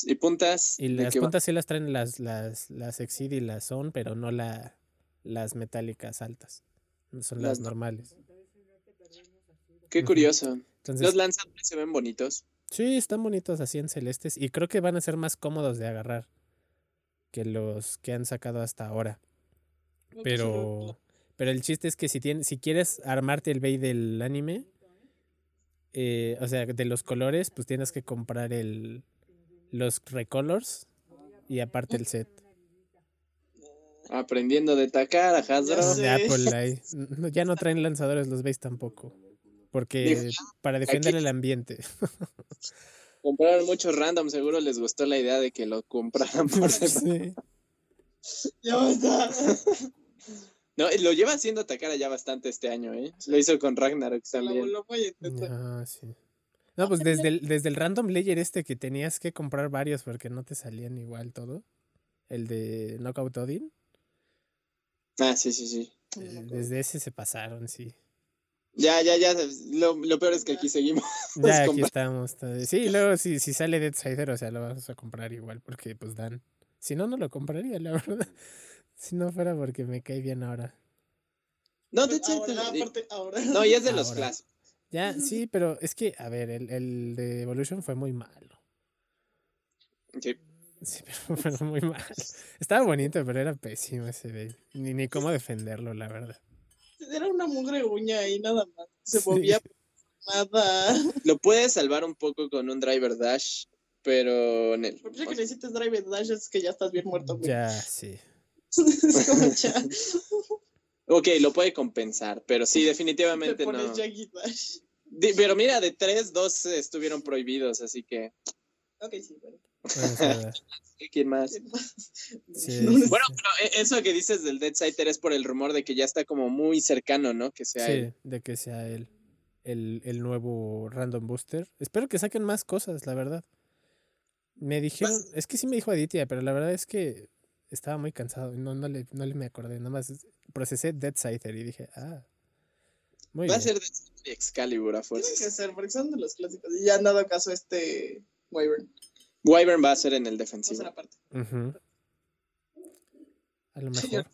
S1: Y puntas.
S3: Y
S1: ¿de
S3: las
S1: qué va?
S3: puntas sí las traen las, las, las Exceed y las Zone, pero no la, las metálicas altas. Son las
S1: Las-
S3: normales.
S1: Qué
S3: Ujú.
S1: curioso.
S3: Entonces,
S1: Los lanzadores se ven bonitos.
S3: Sí, están bonitos así en celestes y creo que van a ser más cómodos de agarrar que los que han sacado hasta ahora. Pero, pero el chiste es que si, tienes, si quieres armarte el bay del anime, eh, o sea, de los colores, pues tienes que comprar el, los recolors y aparte el set.
S1: Aprendiendo de Takar a
S2: Ya
S1: Hasbro.
S2: sé.
S3: De Apple ahí. No, ya no traen lanzadores los bays tampoco. Porque
S1: Dijo,
S3: para defender el ambiente.
S1: Compraron muchos random, seguro les gustó la idea de que lo compraran por separado.
S3: Sí.
S2: Ya basta.
S1: No, lo lleva haciendo Takara ya bastante este año, ¿eh? Lo hizo con Ragnarok
S2: La
S1: también.
S2: voló, voy a intentar.
S3: Ah, sí. No, pues desde el, desde el random layer este que tenías que comprar varios porque no te salían igual todo. El de Knockout Odin.
S1: Ah, sí, sí, sí.
S3: eh, Desde ese se pasaron, sí.
S1: Ya, ya, ya. Lo, lo peor es que aquí seguimos.
S3: Ya aquí
S1: comprar.
S3: estamos. todo- Sí, y luego si, si sale Deadsider, o sea, lo vamos a comprar igual porque pues dan. Si no, no lo compraría, la verdad. Si no fuera porque me cae bien ahora.
S1: No, de hecho,
S2: Ahora,
S1: te-
S2: aparte, ahora.
S1: no, y es de los
S3: Ahora.
S1: clásicos.
S3: Ya, sí, pero es que, a ver, el, el de Evolution fue muy malo.
S1: Sí.
S3: Sí, pero, pero muy malo. Estaba bonito, pero era pésimo ese de. Ni, ni cómo defenderlo, la verdad.
S2: Era una mugre uña y nada más. Se
S3: Sí.
S2: movía nada.
S1: Lo puedes salvar un poco con un driver dash, pero en el-
S2: Por eso que le hiciste Drive Dash es que ya estás bien muerto, güey.
S3: Ya, sí.
S2: Es como ya.
S1: Ok, lo puede compensar, pero sí, definitivamente
S2: Te pones
S1: no.
S2: Jackie Dash.
S1: Di- pero mira, de tres, dos estuvieron prohibidos, así que.
S2: Ok, sí, pero.
S3: Bueno, es verdad.
S1: ¿Quién más?
S2: ¿quién más?
S3: Sí,
S2: No,
S3: sí,
S2: no-
S1: Bueno, pero e- eso que dices del Dead Sider es por el rumor de que ya está como muy cercano, ¿no? Que sea. él.
S3: Sí, de que sea el, el, el nuevo Random Booster. Espero que saquen más cosas, la verdad. Me dijeron,
S1: Pues
S3: es que sí me dijo Aditya, pero la verdad es que estaba muy cansado. y No, no, le, no le me acordé, nada más procesé Dead Scyther y dije, ah, muy
S1: Va a
S3: bien.
S1: ser Dead Sider y Excalibur a
S2: Tiene que
S1: fuerzas.
S2: ser, porque son de los clásicos. Y ya han dado caso a este Wyvern.
S1: Wyvern va a ser en el
S2: Sí,
S1: defensivo.
S2: la parte.
S3: Ujú. A lo
S2: Sí, ya.
S3: mejor.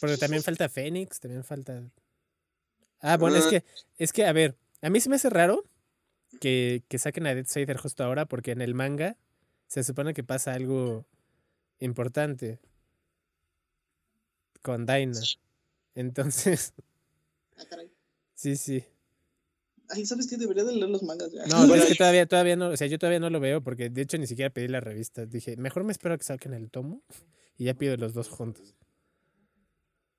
S3: Porque también falta Fénix, también falta. Ah, bueno, es
S1: Ah.
S3: que, es que, a ver, a mí se me hace raro que, que saquen a Death Scyther justo ahora, porque en el manga se supone que pasa algo importante con Daina. Entonces,
S2: Ah, caray.
S3: sí, sí.
S2: Ay, ¿sabes qué? Debería de leer los mangas ya.
S3: No, pero
S1: Bueno,
S3: es que
S1: yo-
S3: todavía, todavía no, o sea, yo todavía no lo veo, porque de hecho ni siquiera pedí la revista. Dije, mejor me espero a que saquen el tomo y ya pido los dos juntos.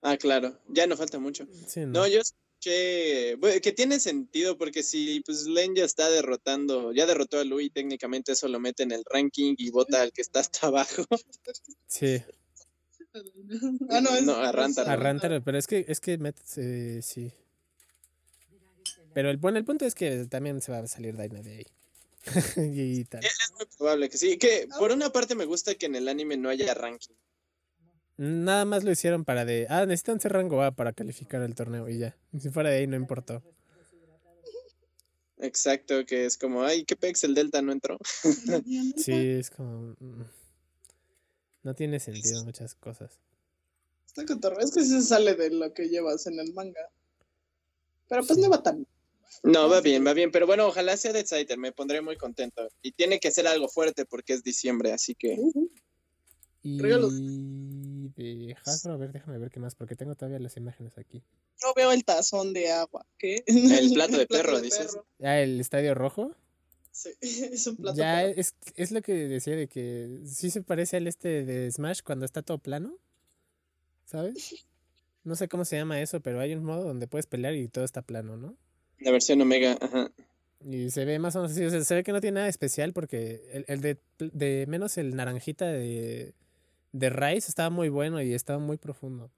S1: Ah, claro. Ya no falta mucho.
S3: Sí, no.
S1: No, yo escuché bueno, que tiene sentido porque si pues Len ya está derrotando, ya derrotó a Louis, técnicamente eso lo mete en el ranking y vota al que está hasta abajo.
S3: Sí.
S2: ah, no, es.
S1: No, a Rantar.
S3: A Rantaro, pero es que, es que Met, eh, sí. Pero el, bueno, el punto es que también se va a salir Daina de ahí. y tal.
S1: Es muy probable que sí. Que por una parte me gusta que en el anime no haya ranking.
S3: Nada más lo hicieron para de. Ah, necesitan ser rango A para calificar el torneo y ya. Si fuera de ahí, no importó.
S1: Exacto, que es como, ay, qué pex, el Delta no entró.
S2: Este
S3: Sí, es como. mm. No tiene sentido muchas cosas.
S2: Está cotorro. Es que sí se sale de lo que llevas en el manga. Pero pues no va tan.
S1: No, va bien, va bien. Pero bueno, ojalá sea Dead Sider, me pondré muy contento. Y tiene que ser algo fuerte porque es diciembre, así que.
S3: Y
S2: Creo los-
S3: de Hasbro, a ver, déjame ver qué más, porque tengo todavía las imágenes aquí.
S2: No veo el tazón de agua. ¿Qué?
S1: El plato de perro, dices.
S2: perro.
S3: Ah, el Estadio Rojo.
S2: Sí, es un plato.
S3: Ya
S2: pero-
S3: es, es lo que decía de que sí se parece al este de Smash cuando está todo plano. ¿Sabes? No sé cómo se llama eso, pero hay un modo donde puedes pelear y todo está plano, ¿no?
S1: La versión Omega, ajá.
S3: Y se ve más o menos así. O sea, se ve que no tiene nada especial porque el, el de, pl- de menos el naranjita de, de Rice estaba muy bueno y estaba muy profundo.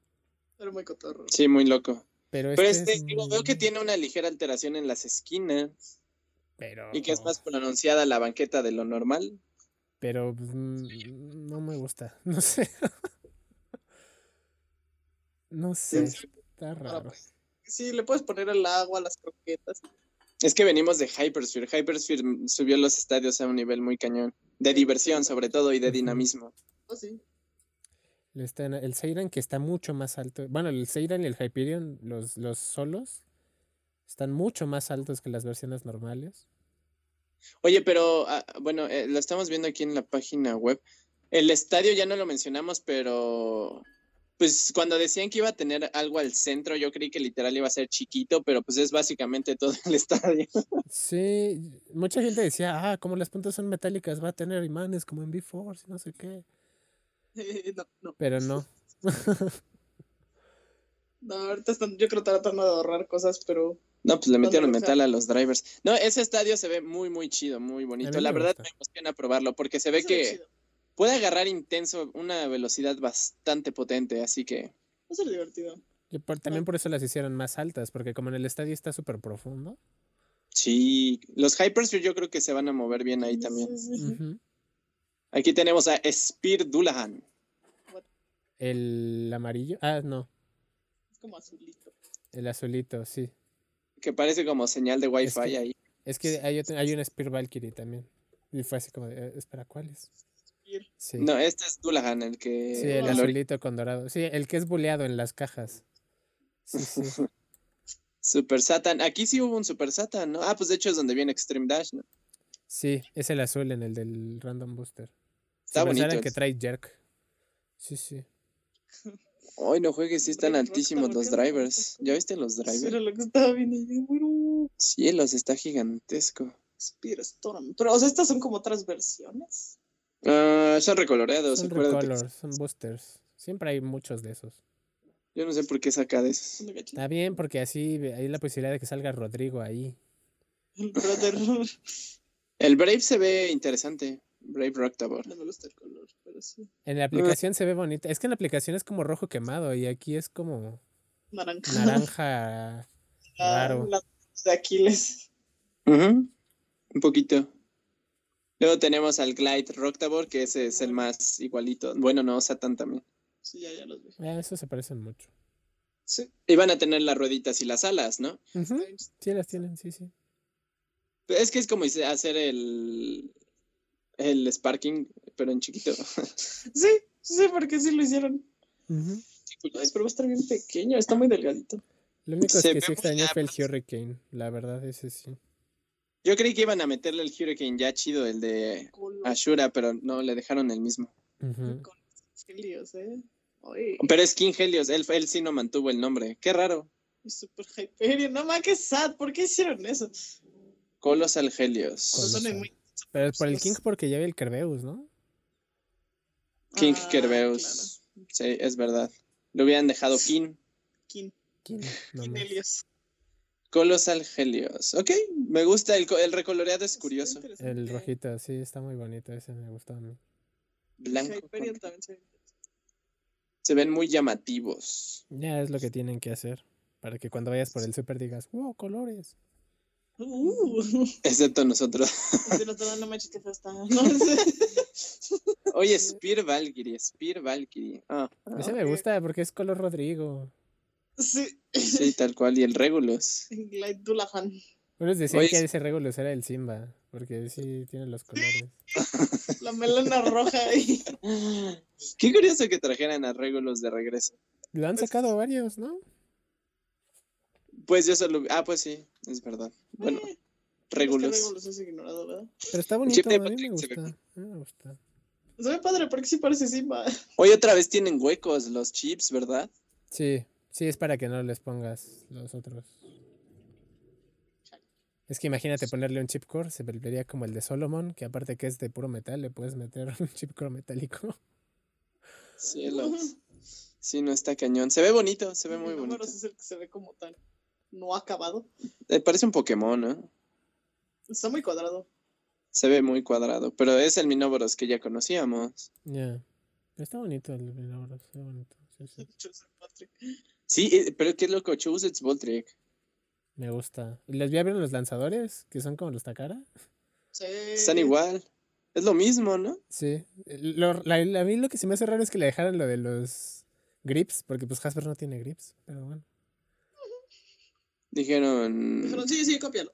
S2: Pero muy cotorro.
S1: Sí, muy loco.
S3: Pero este,
S1: Pero este,
S3: es,
S1: digo, veo que
S3: mm,
S1: tiene una ligera alteración en las esquinas.
S3: Pero,
S1: Y que es más pronunciada la banqueta de lo normal.
S3: pero pues, mm, no me gusta. No sé. no sé. Está
S2: Ahora,
S3: raro.
S2: pues, sí, le puedes poner el agua, las croquetas.
S1: Es que venimos de Hypersphere. Hypersphere mm, subió los estadios a un nivel muy cañón. De diversión, sobre todo, y de
S3: Ujú.
S1: dinamismo.
S2: Oh, sí.
S3: Le están- el Seiran que está mucho más alto. Bueno, el Seiran y el Hyperion, los, los solos, están mucho más altos que las versiones normales.
S1: Oye, pero ah, bueno, eh, lo estamos viendo aquí en la página web. El estadio ya no lo mencionamos, pero pues cuando decían que iba a tener algo al centro, yo creí que literal iba a ser chiquito, pero pues es básicamente todo el estadio.
S3: Sí, mucha gente decía, ah, como las puntas son metálicas, va a tener imanes como en B-Force, y no sé qué.
S2: no, no.
S3: Pero no.
S2: No, ahorita están, yo creo que tratando de ahorrar cosas, pero
S1: No, pues le metieron
S2: Donde- o sea-
S1: metal a los drivers. No, ese estadio se ve muy, muy chido, muy bonito.
S3: me
S1: La verdad
S3: gusta.
S1: me emociona probarlo porque se ve
S2: eso es lo
S1: que
S2: chido,
S1: puede agarrar intenso una velocidad bastante potente, así que
S2: eso es lo divertido.
S3: Y por- también por eso las hicieron más altas, porque como en el estadio está súper profundo.
S1: sí, los Hypersphere yo creo que se van a mover bien ahí también.
S2: Sí, sí, sí.
S3: ujú,
S1: Aquí tenemos a Spear Dulahan.
S3: El amarillo, ah, no,
S2: Es como azulito.
S3: el azulito, sí.
S1: que parece como señal de wifi
S3: Es que-
S1: ahí.
S3: Es que hay, otro- hay un Spear Valkyrie también. Y fue así como, de, "Eh, espera, ¿cuál es?
S2: Spear.
S3: Sí.
S1: No, este es Dulahan, el que...
S3: Sí, el
S1: el ori-
S3: azulito con dorado. Sí, el que es buleado en las cajas. Sí, sí.
S1: Super Satan. Aquí sí hubo un Super Satan, ¿no? Ah, pues de hecho es donde viene Extreme Dash, ¿no?
S3: Sí, es el azul en el del Random Booster.
S1: Está
S3: Se pensara
S1: bonito.
S3: pues que trae Jerk. Sí, sí.
S1: Hoy no juegues, sí están
S2: Oye,
S1: altísimos
S2: Rockstar,
S1: los
S2: ¿por qué no
S1: drivers. ¿Ya viste los
S2: Eso era
S1: drivers?
S2: lo que estaba viendo y yo, bueno,
S1: Cielos, está gigantesco.
S2: Spear Storm. Pero, o sea, estas son como otras versiones.
S1: Ah, son recoloreados,
S3: Son
S1: acuérdate.
S3: recolors, son boosters. Siempre hay muchos de esos.
S1: Yo no sé por qué saca de esos.
S2: ¿No cachas?
S3: Está bien, porque así ve- hay la posibilidad de que salga Rodrigo ahí.
S2: El brother.
S1: El Brave se ve interesante. Brave Rocktabor.
S2: No me gusta el color, pero sí.
S3: En la aplicación se ve bonita. Es que en la aplicación es como rojo quemado y aquí es como
S2: Naranja.
S3: naranja.
S2: Ah,
S3: raro.
S2: La de Aquiles.
S1: Ujú, Un poquito. Luego tenemos al Glide Rocktabor, que ese es el más igualito. Bueno, no, Satan también.
S2: Sí, ya, ya los vi.
S3: Ah, esos se parecen mucho.
S1: Sí. Y van a tener las rueditas y las alas, ¿no?
S3: Ujú, Sí, las tienen, sí, sí.
S1: Es que es como hice- hacer el. El Sparking, pero en chiquito.
S2: Sí, sí, porque sí lo hicieron.
S3: Ujú.
S2: Ay, pero va a estar bien pequeño, está muy delgadito.
S3: Lo único
S1: Se
S3: es que
S1: ve
S3: sí
S1: muy
S3: extrañé fue el
S1: apto.
S3: Hurricane. La verdad, ese sí.
S1: Yo creí que iban a meterle el Hurricane ya chido, el de
S2: Culo.
S1: Ashura, pero no, le dejaron el mismo.
S3: Ujú.
S2: Con helios, ¿eh? Ay,
S1: Pero es King Helios, él, él sí no mantuvo el nombre. Qué raro.
S2: es súper Hyperion. No más, qué sad. ¿Por qué hicieron eso?
S1: Colossal Helios.
S2: Son
S3: Colosal.
S2: muy-
S3: Pero por el King,
S2: Los-
S3: porque ya vi el Kerbeus, ¿no?
S1: King
S2: Ah,
S1: Kerbeus. Sí, es verdad. Lo hubieran dejado King.
S2: claro. King,
S3: King, no
S2: King
S3: más.
S2: Helios.
S1: Colossal Helios. Ok, me gusta. El, co- el recoloreado es curioso.
S2: Está interesante.
S3: El rojito, sí, está muy bonito. Ese me gustó a mí.
S1: Blanco.
S2: Hyperion también se ve interesante.
S1: Se ven muy llamativos.
S3: Ya es lo que tienen que hacer. Para que cuando vayas por el super digas, wow, colores.
S2: Uh,
S1: Excepto nosotros.
S2: se nos da, no manches, qué feo está. No sé.
S1: Oye, Spear Valkyrie. Spear Valkyrie. Ah, ah,
S3: Ese me
S2: ok.
S3: gusta porque es color Rodrigo.
S2: Sí.
S1: sí, tal cual. Y el Regulus.
S2: Glide Dulahan.
S3: Unos decían
S1: Oye,
S3: que
S1: sí.
S3: ese Regulus era el Simba. Porque sí tiene los colores.
S2: La melena roja ahí.
S1: Qué curioso que trajeran a Regulus de regreso.
S3: Lo han
S2: Pues-
S3: sacado varios, ¿no?
S1: Pues yo solo. Ah, pues sí, es verdad. Bueno,
S2: Eh, Es que
S1: Regulus.
S2: Regulus es ignorado, ¿verdad?
S3: Pero está
S1: chip
S3: bonito,
S1: de
S3: a mí me
S1: Patrick se ve
S3: gusta. a mí me gusta.
S2: Se ve padre, porque sí parece Simba.
S1: Hoy otra vez tienen huecos los chips, ¿verdad?
S3: Sí, sí, es para que no les pongas los otros. Es que imagínate ponerle un chip core, se volvería como el de Solomon, que aparte que es de puro metal, le puedes meter un chip core metálico.
S1: Cielos. Sí, no está cañón. Se ve bonito, se ve muy
S2: El
S1: bonito.
S2: Números es el que se ve como tan no acabado.
S1: Eh, parece un Pokémon, ¿no?
S2: Está muy cuadrado.
S1: Se ve muy cuadrado, pero es el Minoboros que ya conocíamos.
S3: Ya. Está bonito el Minotauro, está bonito. sí, sí.
S2: Joseph Patrick.
S1: Sí, eh, pero qué loco, Chusets Voltrick.
S3: Me gusta. ¿Y los vi abrir los lanzadores, que son como los Takara?
S2: Sí.
S1: Están igual. Es lo mismo, ¿no?
S3: Sí. Lo- la, la- a mí lo que se me hace raro es que le dejaran lo de los grips, porque pues Hasper no tiene grips, pero bueno.
S1: Dijeron.
S2: Dijeron, sí, sí, cópialo.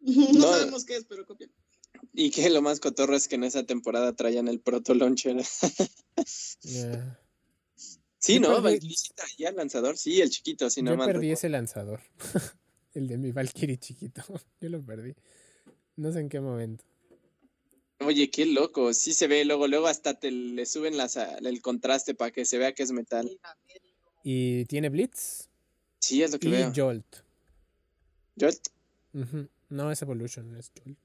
S1: No.
S2: No sabemos qué es, pero cópialo.
S1: Y que lo más cotorro es que en esa temporada traían el Proto Launcher.
S3: Ya.
S1: Sí,
S3: Yo
S1: ¿no?
S3: perdí-
S1: Valkyrie traía el lanzador. Sí, el chiquito, si no
S3: Yo
S1: mal
S3: perdí
S1: recuerdo.
S3: ese lanzador. el de mi Valkyrie chiquito. Yo lo perdí. No sé en qué momento.
S1: Oye, qué loco, sí se ve, luego, luego hasta te le suben las, a- el contraste para que se vea que es metal.
S3: Y tiene Blitz
S1: Sí, es lo que
S3: y
S1: veo.
S3: Jolt.
S1: Jolt.
S3: Ujú. No es Evolution, es Jolt.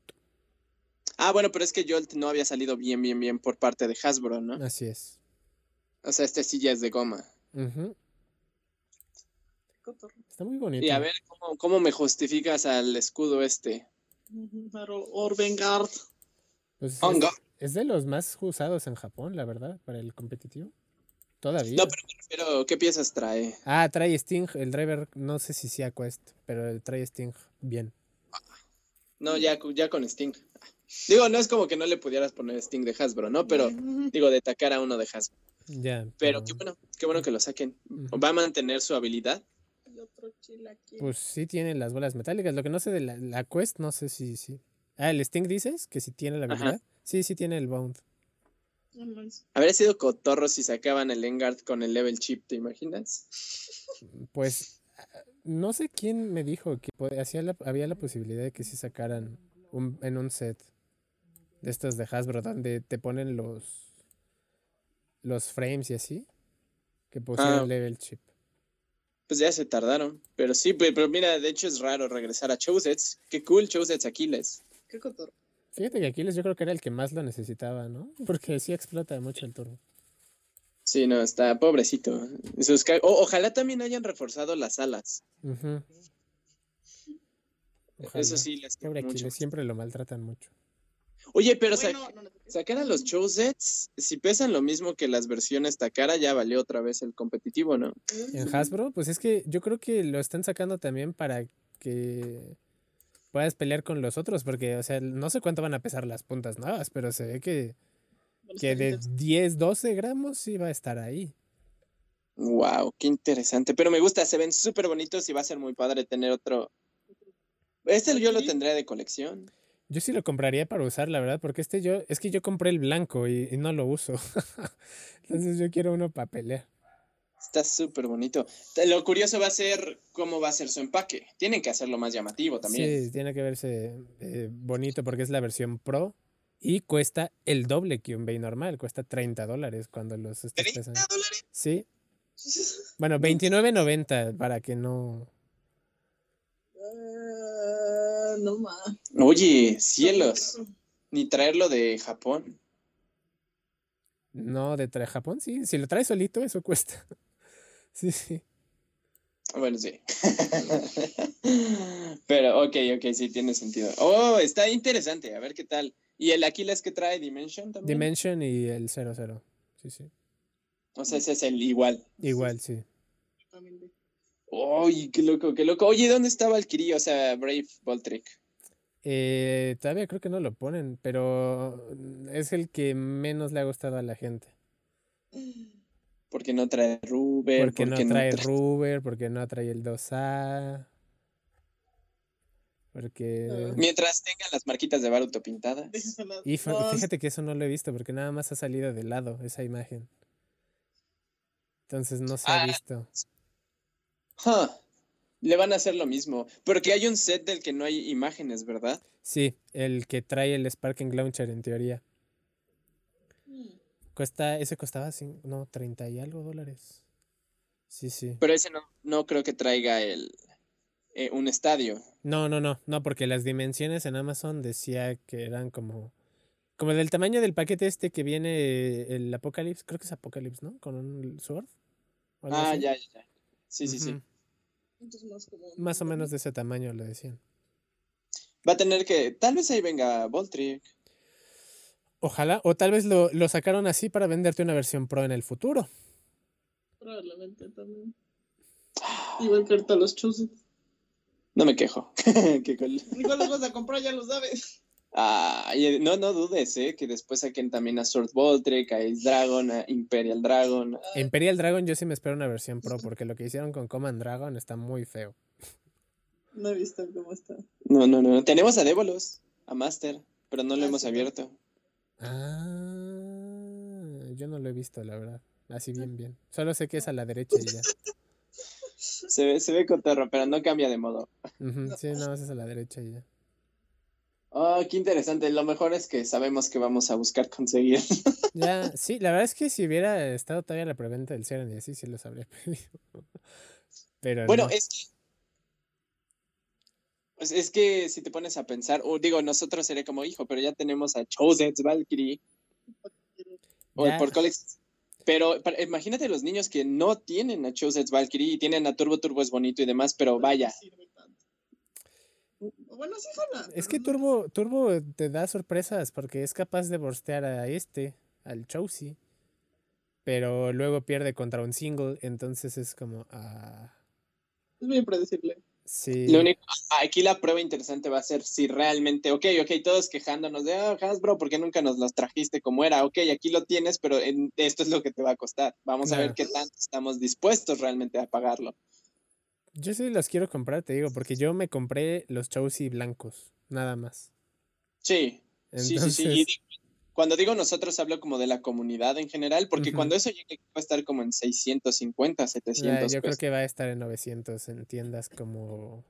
S1: Ah, bueno, pero es que Jolt no había salido bien, bien, bien por parte de Hasbro, ¿no?
S3: Así es.
S1: O sea, este sí ya es de goma.
S3: Ujú.
S2: Cotorro.
S3: Está muy bonito.
S1: Y a ver, ¿cómo, cómo me justificas al escudo este?
S2: Pero Orvengard.
S3: Pues es-
S1: Onga.
S3: es de los más usados en Japón, la verdad, para el competitivo. Todavía.
S1: No, Pero, ¿qué piezas trae?
S3: Ah, trae Sting, el driver, no sé si sea Quest, pero trae Sting bien.
S1: No, ya, cu- ya con Sting. Digo, no es como que no le pudieras poner Sting de Hasbro, ¿no? Pero,
S2: Mm.
S1: digo, de atacar a uno de Hasbro.
S3: Ya.
S1: Pero qué bueno, qué bueno que lo saquen.
S3: Mm. Ujú.
S1: ¿Va a mantener su habilidad?
S2: Y otro chilaquil.
S3: Pues sí tiene las bolas metálicas. Lo que no sé de la, la Quest, no sé si sí. Ah, el Sting dices que si tiene la
S1: Ajá.
S3: habilidad. Sí, sí tiene el Bound.
S2: No manches.
S1: Habría sido cotorro si sacaban el Engard con el level chip, ¿te imaginas?
S3: Pues ah, no sé quién me dijo que po- hacía la- había la posibilidad de que si sacaran un- en un set de estos de Hasbro donde te ponen los los frames y así que pusieran
S1: Ah.
S3: level chip.
S1: Pues ya se tardaron. Pero sí, pe- pero mira, de hecho es raro regresar a Chosets. Qué cool, Chosets Aquiles.
S2: Qué cotorro.
S3: Fíjate que Aquiles yo creo que era el que más lo necesitaba, ¿no? Porque sí explota mucho el turbo.
S1: Sí, no, está pobrecito. Sus ca- o- ojalá también hayan reforzado las alas.
S3: Ujú.
S1: Eso
S3: Ojalá.
S1: sí, las quiero
S3: Pobre
S1: mucho.
S3: Aquiles, siempre lo maltratan mucho.
S1: Oye, pero sa-
S2: Bueno, no, no, no.
S1: sacar a los show sets, si pesan lo mismo que las versiones Takara, ya valió otra vez el competitivo, ¿no?
S3: En Hasbro, pues es que yo creo que lo están sacando también para que puedas pelear con los otros, porque, o sea, no sé cuánto van a pesar las puntas nuevas, pero se ve que,
S2: Bueno,
S3: que
S2: está
S3: de
S2: interesante.
S3: 10, 12 gramos sí va a estar ahí.
S1: Wow, qué interesante. Pero me gusta, se ven súper bonitos y va a ser muy padre tener otro. Este yo lo
S2: Sí.
S1: tendría de colección.
S3: Yo sí lo compraría para usar, la verdad, porque este yo, es que yo compré el blanco y, y no lo uso. Entonces yo quiero uno para pelear.
S1: Está súper bonito. Lo curioso va a ser cómo va a ser su empaque. Tienen que hacerlo más llamativo también.
S3: Sí, tiene que verse eh, bonito porque es la versión pro y cuesta el doble que un Bay normal, cuesta 30 dólares cuando los estos
S1: ¿30
S3: pesan.
S1: dólares?
S3: Sí, Bueno, 29.90 para que no.
S2: Ah, no más.
S1: Oye, cielos. Ni traerlo de Japón.
S3: No, de traer Japón, sí. Si lo traes solito, eso cuesta. Sí, sí.
S1: Bueno, sí. Pero, ok, ok, sí, tiene sentido. Oh, está interesante. A ver qué tal. ¿Y el Aquiles que trae Dimension también?
S3: Dimension y el 00. Sí, sí.
S1: o sea, ese es el igual.
S3: Igual, sí.
S1: Uy, qué loco, qué loco. Oye, ¿dónde estaba el Kiri? O sea, Brave Voltrick.
S3: Eh, todavía creo que no lo ponen, pero es el que menos le ha gustado a la gente.
S1: ¿Por qué no trae Ruber?
S3: Porque no
S1: qué
S3: trae Ruber, porque no trae el 2A. Porque.
S1: Mientras tengan las marquitas de Baruto pintadas.
S3: Y fa- fíjate que eso no lo he visto, porque nada más ha salido de lado esa imagen. Entonces no se ha
S1: Ah,
S3: visto.
S1: Huh. Le van a hacer lo mismo. Porque hay un set del que no hay imágenes, ¿verdad?
S3: Sí, el que trae el Sparking Launcher en teoría. Cuesta, ese costaba cin- no, 30 y algo dólares. Sí, sí.
S1: Pero ese no, no creo que traiga el, eh, un estadio.
S3: No, no, no, no, porque las dimensiones en Amazon decía que eran como como del tamaño del paquete este que viene el Apocalypse, creo que es Apocalypse, ¿no? Con un sword. o algo
S1: Ah,
S3: así.
S1: ya, ya, ya. Sí, sí, sí.
S3: Ujú. Más o menos de ese tamaño lo decían.
S1: Va a tener que. Tal vez ahí venga Voltrick.
S3: Ojalá, o tal vez lo, lo sacaron así para venderte una versión pro en el futuro.
S2: Probablemente también. Igual que ahorita los chuses.
S1: No me quejo. Qué cool.
S2: Igual los vas a comprar, ya lo sabes.
S1: Ah, y, eh, no, no dudes, ¿eh? Que después saquen también a Sword Voltrick, a Ace Dragon, a Imperial Dragon.
S3: Imperial Dragon yo sí me espero una versión pro, porque lo que hicieron con Command Dragon está muy feo.
S2: No he visto cómo está.
S1: No, no, no. Tenemos a Débolos, a Master, pero no lo
S2: Ah,
S1: hemos
S2: sí.
S1: abierto.
S3: Ah, yo no lo he visto, la verdad. Así
S1: Ah.
S3: bien, bien. Solo sé que es a la derecha y ya.
S1: Se ve, se ve cotorro, pero no cambia de modo.
S3: Ujú, Sí, nada más es a la derecha y ya.
S1: Ah, qué interesante. Lo mejor es que sabemos que vamos a buscar conseguir.
S3: Ya, sí, la verdad es que si hubiera estado todavía la preventa del Seren y así, sí los habría pedido. Pero
S1: Bueno,
S3: no.
S1: es que. pues, es que si te pones a pensar, o digo, nosotros seré como hijo, pero ya tenemos a Choset's Valkyrie o
S3: Ya,
S1: por Colex. Pero pa- imagínate los niños que no tienen a Choset's Valkyrie y tienen a Turbo Turbo es bonito y demás,
S3: Ah,
S1: pero vaya.
S2: Bueno, sí, jala.
S3: es que Turbo, Turbo te da sorpresas porque es capaz de borstear a este, al Chaucy. Pero luego pierde contra un single, entonces es como. Ah,
S2: Es muy impredecible.
S3: sí.
S1: Lo único, aquí la prueba interesante va a ser si realmente, ok, ok, todos quejándonos de "Ah, Hasbro, ¿por qué nunca nos los trajiste como era? Ok, aquí lo tienes, pero en- esto es lo que te va a costar. Vamos a ver
S3: Claro.
S1: qué tanto estamos dispuestos realmente a pagarlo.
S3: Yo sí los quiero comprar, te digo, porque yo me compré los Chaucy blancos, nada más.
S1: Sí, Sí, sí,
S3: Entonces,
S1: sí. Y digo- cuando digo nosotros, hablo como de la comunidad en general, porque
S3: Ujú.
S1: cuando eso llegue va a estar como en 650,
S3: ya,
S1: 700
S3: yo creo
S1: pesos.
S3: que va a estar en 900 en tiendas como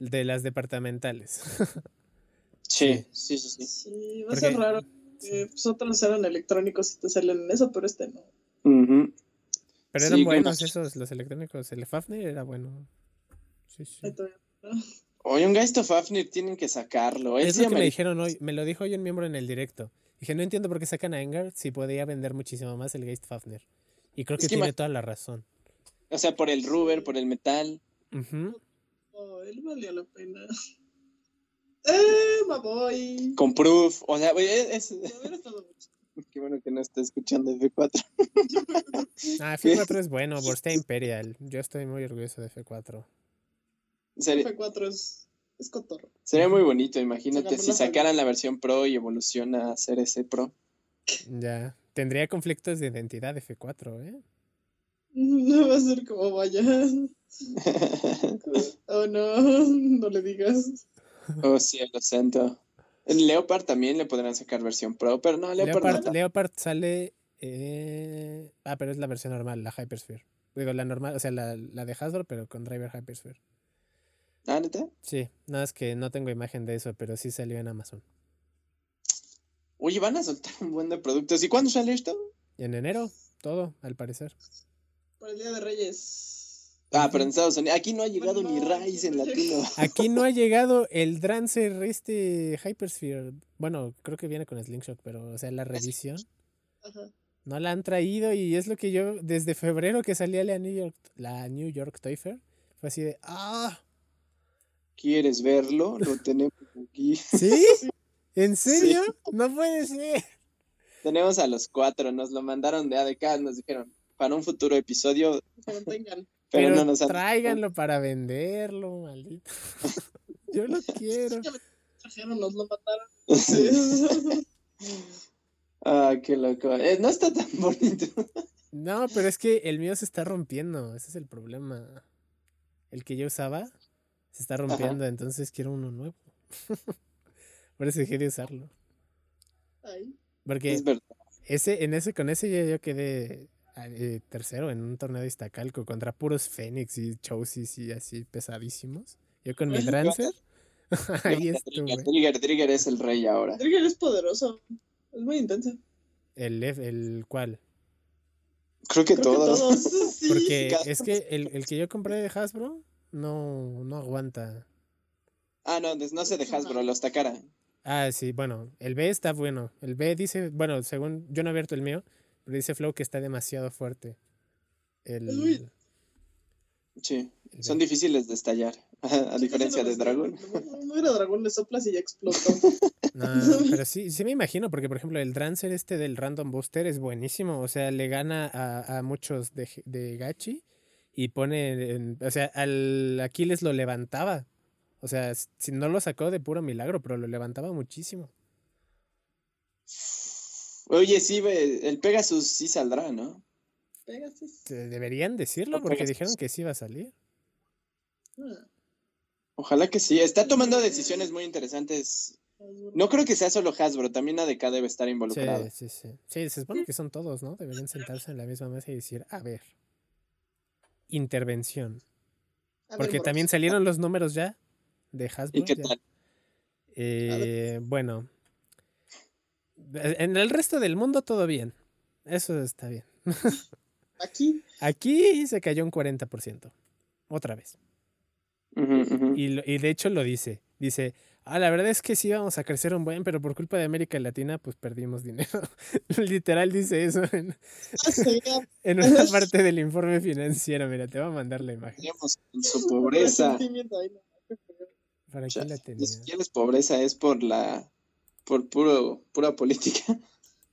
S3: de las departamentales.
S1: Sí, sí, sí, sí.
S2: Sí, va a
S3: Porque-
S2: ser raro.
S3: Sí.
S2: Que, pues, otros eran electrónicos y te salen en eso, pero este no.
S1: Ujú.
S3: Pero
S1: Sí,
S3: eran
S1: como-
S3: buenos esos, los electrónicos. El Fafnir era bueno. Sí, sí.
S2: Ahí todavía.
S1: Oye, un Geist of Fafnir tienen que sacarlo. Él
S3: Es
S1: sí
S3: lo que me
S1: amerita-
S3: dijeron hoy, me lo dijo hoy un miembro en el directo. Dije, no entiendo por qué sacan a Engard si podía vender muchísimo más el Geist Fafnir. Y creo
S1: Es
S3: que,
S1: que
S3: tiene
S1: ima-
S3: toda la razón.
S1: O sea, por el rubber, por el metal.
S3: Ujú.
S2: Oh, él valió la pena. ¡Eh, mamoy!
S1: Con proof. O sea, güey, es.
S2: De haber estado mucho.
S1: Qué bueno que no está escuchando F4.
S3: Ah, F4 es bueno, Borstea Imperial. Yo estoy muy orgulloso de F4.
S1: Sería,
S2: F4 es, es cotorro.
S1: sería muy bonito, imagínate,
S2: Sacamos
S1: si
S2: la foto.
S1: sacaran la versión pro y evoluciona a ser ese pro.
S3: Ya. Tendría conflictos de identidad F4, ¿eh?
S2: No va a ser como vaya. Oh, no, no le digas.
S1: oh, cielo santo. El Leopard también le podrían sacar versión pro, pero no, Leopard.
S3: Leopard,
S1: no.
S3: Leopard sale. eh, Ah, pero es la versión normal, la Hypersphere. Digo, la normal, o sea, la, la de Hasbro, pero con Driver Hypersphere.
S1: Ah, ¿neta?
S3: Sí, nada es que no tengo imagen de eso, pero sí salió en Amazon.
S1: Oye, van a soltar un buen de productos. ¿Y cuándo sale esto?
S3: En enero, todo, al parecer.
S2: Para el Día de Reyes.
S1: Ah, pero en Estados Unidos. Aquí no ha llegado ni
S2: no,
S1: Rise en
S2: no llega.
S1: latino.
S3: Aquí no ha llegado el Drancer este Hypersphere. Bueno, creo que viene con Slingshot, pero, o sea, la revisión.
S2: Ajá.
S3: No la han traído y es lo que yo, desde febrero que salía la New York, la New York Toy Fair, fue así de, ¡ah!
S1: ¿Quieres verlo? Lo tenemos aquí.
S3: ¿Sí? ¿En serio? No puede ser.
S1: Tenemos a los cuatro. Nos lo mandaron de ADK. Nos dijeron para un futuro episodio,
S2: Pero tengan.
S1: pero,
S3: Pero,
S1: no nos han.
S3: tráiganlo para venderlo, maldito. yo lo quiero.
S2: Ya me trajeron, nos lo mataron.
S1: Ah, qué loco. Eh, no está tan bonito.
S3: No, pero es que el mío se está rompiendo, ese es el problema. El que yo usaba se está rompiendo, entonces quiero uno nuevo. Por eso dejé de usarlo.
S2: Ay,
S3: Porque
S1: Es verdad.
S3: ese, en ese, con ese yo, yo quedé eh, tercero en un torneo de Iztacalco contra puros Fénix y Chousis y así pesadísimos. Yo con mi
S2: Ay,
S3: Drancer. Ahí
S1: Trigger,
S3: estuve.
S1: Trigger, Trigger es el rey ahora.
S2: Trigger es poderoso. Es muy intenso.
S3: El, F- el cual.
S1: Creo que
S2: Creo que
S1: todos.
S2: todos. Sí.
S3: Porque
S1: cada-
S3: es que el, el que yo compré de Hasbro no, no aguanta.
S1: Ah, no, des- no se de Hasbro, los Takara.
S3: Ah, sí, bueno, el B está bueno. El B dice, bueno, según yo no he abierto el mío, pero dice Flow que está demasiado fuerte. El,
S2: Uy.
S1: Sí,
S3: el
S1: son
S3: B.
S1: difíciles de estallar, a diferencia de Dragón.
S2: No era dragón, le soplas y ya explotó.
S3: No, pero sí, sí me imagino, porque por ejemplo el Drancer este del Random Booster es buenísimo, o sea, le gana a, a muchos de, G- de Gachi y pone, en- o sea, al Aquiles lo levantaba, o sea, s- si no lo sacó de puro milagro, pero lo levantaba muchísimo.
S1: Oye, sí, ve, el Pegasus sí saldrá, ¿no?
S2: Pegasus.
S3: Se- Deberían decirlo
S1: No
S3: porque
S1: juegas.
S3: dijeron que sí iba a salir.
S2: Ah,
S1: Ojalá que sí. Está tomando decisiones muy interesantes.
S2: Hasbro.
S1: No creo que sea solo Hasbro, también ADK debe estar
S3: Sí,
S1: involucrado.
S3: sí, sí. Sí, se supone que son todos, ¿no? Deberían sentarse en la misma mesa y decir, a ver, intervención.
S2: A ver,
S3: Porque
S2: Boros.
S3: también salieron los números ya de Hasbro.
S1: ¿Y qué
S3: ya.
S1: tal?
S3: Eh, bueno, en el resto del mundo todo bien. Eso está bien.
S2: Aquí.
S3: Aquí se cayó un 40%. Otra vez.
S1: Ujú, ujú.
S3: Y, lo- y de hecho lo dice. Dice, ah, la verdad es que sí vamos a crecer un buen, pero por culpa de América Latina, pues perdimos dinero. Literal dice eso en,
S2: Ah, sí, ya.
S3: en una parte del informe financiero. Mira, te voy a mandar la imagen.
S1: Tenemos en su pobreza.
S2: Resentimiento, ay, no.
S3: ¿Para qué la
S1: Chale,
S3: tenía?
S1: Ni siquiera es pobreza, es por la. por puro, pura política.
S2: En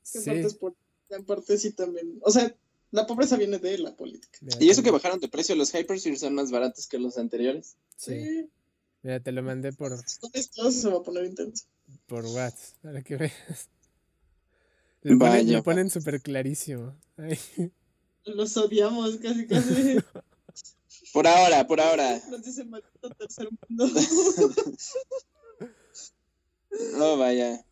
S3: Sí,
S2: partes por- en parte sí también. O sea, la pobreza viene de la política.
S3: mira,
S1: Y
S3: te
S1: eso que
S3: lo-
S1: bajaron de precio, los Hypersphere son más baratos que los anteriores.
S3: sí. Mira, te lo mandé por,
S2: Todo esto se va a poner intenso.
S3: por WhatsApp, para que veas. Lo ponen,
S1: Vaya.
S3: lo ponen súper clarísimo. Ay,
S2: Los odiamos casi, casi.
S1: Por ahora, por ahora.
S2: Nos dicen maldito tercer mundo.
S1: No, vaya.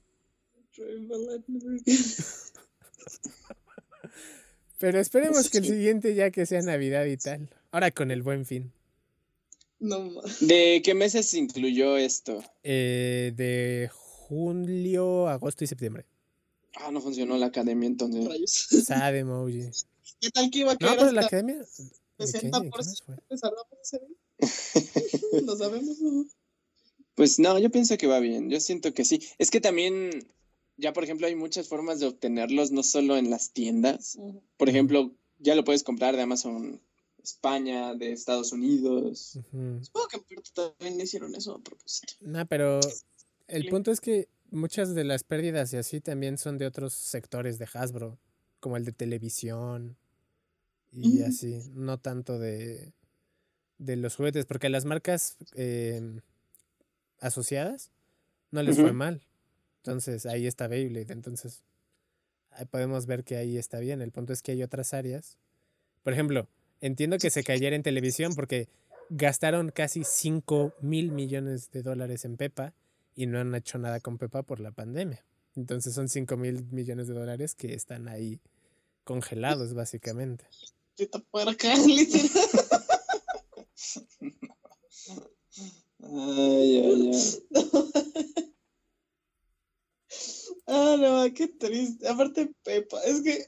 S3: Pero esperemos
S1: Eso
S3: que el
S1: sí.
S3: siguiente ya que sea Navidad y tal. Ahora con el buen fin.
S2: no más.
S1: ¿De qué meses incluyó esto?
S3: Eh, de julio, agosto y septiembre.
S1: Ah, no funcionó la academia entonces.
S2: Rayos.
S3: Sad emoji.
S2: ¿Qué tal que iba a
S3: No,
S2: caer
S3: pero la
S2: hasta
S3: academia. ¿De qué año? ¿De qué
S2: 60%?
S3: mes fue?
S2: Salvamos ese día? No sabemos.
S1: Pues no, yo pienso que va bien. Yo siento que sí. Es que también, ya por ejemplo, hay muchas formas de obtenerlos, no solo en las tiendas. Por ejemplo, ya lo puedes comprar de Amazon España, de Estados Unidos.
S3: Ujú.
S2: Supongo que en parte también hicieron eso a propósito.
S3: No, pero el
S2: Sí.
S3: punto es que muchas de las pérdidas y así también son de otros sectores de Hasbro, como el de televisión y
S2: Ujú.
S3: así, no tanto de, de los juguetes, porque a las marcas eh, asociadas no les fue
S1: Ujú.
S3: mal. Entonces ahí está Beyblade, entonces ahí podemos ver que ahí está bien. El punto es que hay otras áreas. Por ejemplo, entiendo que se cayera en televisión porque gastaron casi 5 mil millones de dólares en Pepa y no han hecho nada con Pepa por la pandemia. Entonces son 5 mil millones de dólares que están ahí congelados, básicamente.
S2: Tita puerca, literal.
S1: Ay, ay, ay.
S2: Ah, no, qué triste. Aparte, Pepa, es que.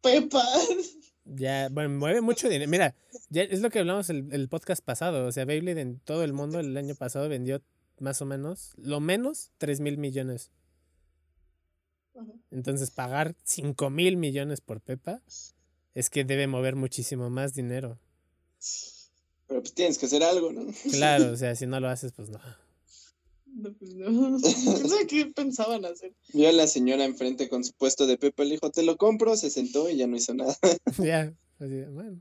S2: Pepa.
S3: Ya, bueno, mueve mucho dinero. Mira, ya es lo que hablamos el, el podcast pasado. O sea, Beyblade en todo el mundo el año pasado vendió más o menos, lo menos 3 mil millones.
S2: Ajá.
S3: Entonces, pagar 5 mil millones por Pepa es que debe mover muchísimo más dinero.
S1: Pero pues tienes que hacer algo, ¿no?
S3: Claro, o sea, si no lo haces, pues no.
S2: No, pues no. ¿Quién sabe qué pensaban hacer?
S1: Vio a la señora enfrente con su puesto de Pepa, le dijo, te lo compro, se sentó y ya no hizo nada.
S3: ya, así de, bueno.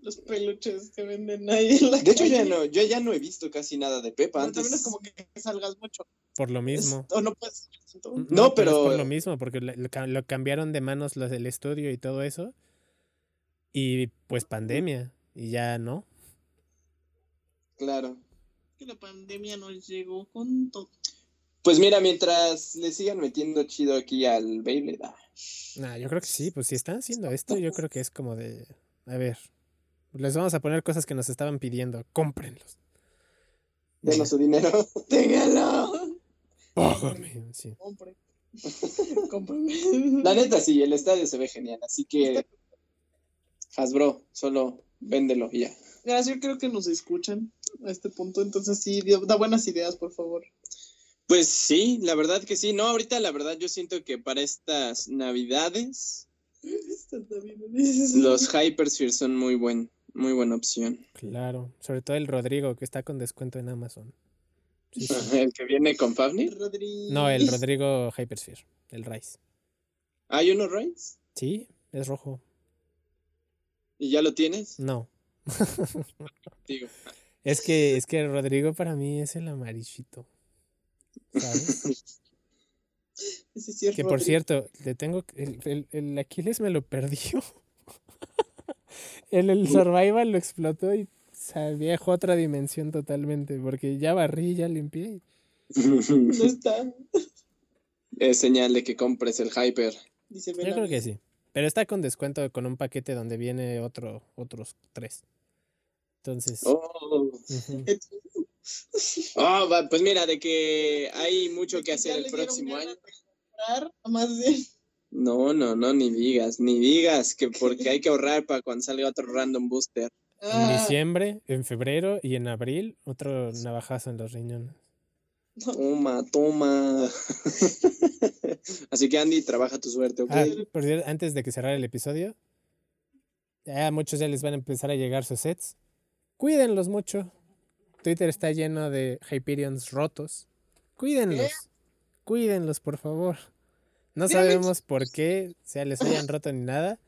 S2: Los peluches que venden ahí en la
S1: De hecho,
S2: calle.
S1: ya no, yo ya no he visto casi nada de Pepa
S2: Pero
S1: antes.
S2: También es como que salgas mucho.
S3: Por lo
S2: Es-
S3: mismo. Mm.
S2: o no puedes.
S3: N-
S1: No,
S3: es por
S1: pero-
S3: lo mismo, porque lo, lo ca- lo cambiaron de manos los del estudio y todo eso. Y pues pandemia. Y ya no.
S1: Claro.
S2: Que la pandemia nos llegó con todo.
S1: Pues mira, mientras le sigan metiendo chido aquí al Beyblade. ah,
S3: Nah, yo creo que sí, pues si están haciendo esto, yo creo que es como de. A ver. Les vamos a poner cosas que nos estaban pidiendo. Cómprenlos.
S1: Denos su dinero.
S2: ¡Téngalo!
S3: Págame, Oh, sí.
S2: Compre. Cómprame.
S1: La neta, sí, el estadio se ve genial, así que. Hasbro, solo véndelo y ya.
S2: Gracias, yo creo que nos escuchan a este punto. Entonces, sí, dio- da buenas ideas, por favor.
S1: Pues sí, la verdad que sí. No, ahorita la verdad yo siento que para estas navidades los Hypersphere son muy buen, muy buena opción.
S3: Claro. Sobre todo el Rodrigo, que está con descuento en Amazon. Sí, sí.
S1: El que viene con Fafnir.
S3: No, el Rodrigo Hypersphere. El Rice.
S1: Ah, ¿Hay uno, Reigns?
S3: Sí, es rojo.
S1: ¿Y ya lo tienes?
S3: No.
S1: Digo.
S3: Es que, es que Rodrigo para mí es el amarillito. ¿Sabes? Que por cierto, le tengo. que- El, el- el Aquiles me lo perdió. El, el Survival lo explotó y se viajó a otra dimensión totalmente. Porque ya barrí, ya limpié.
S2: No está.
S1: es señal de que compres el Hyper.
S2: Dice,
S3: Yo creo que sí. Pero está con descuento con un paquete donde viene otro, otros tres. Entonces.
S1: Oh.
S3: ujú.
S1: Ah, va, pues mira, de que hay mucho que hacer el próximo año.
S2: Más bien.
S1: No, no, no, ni digas, ni digas, que porque hay que ahorrar para cuando salga otro random booster.
S3: En
S2: Ah,
S3: diciembre, en febrero y en abril, otro navajazo en los riñones.
S1: Toma, toma. Así que Andy, trabaja tu suerte, ¿ok?
S3: Ah, por cierto, antes de que cerrar el episodio, ya a muchos ya les van a empezar a llegar sus sets. Cuídenlos mucho. Twitter está lleno de Hyperions rotos. Cuídenlos.
S1: ¿Eh?
S3: Cuídenlos, por favor. No
S2: Mira, Mitch.
S3: sabemos por qué se les hayan roto ni nada,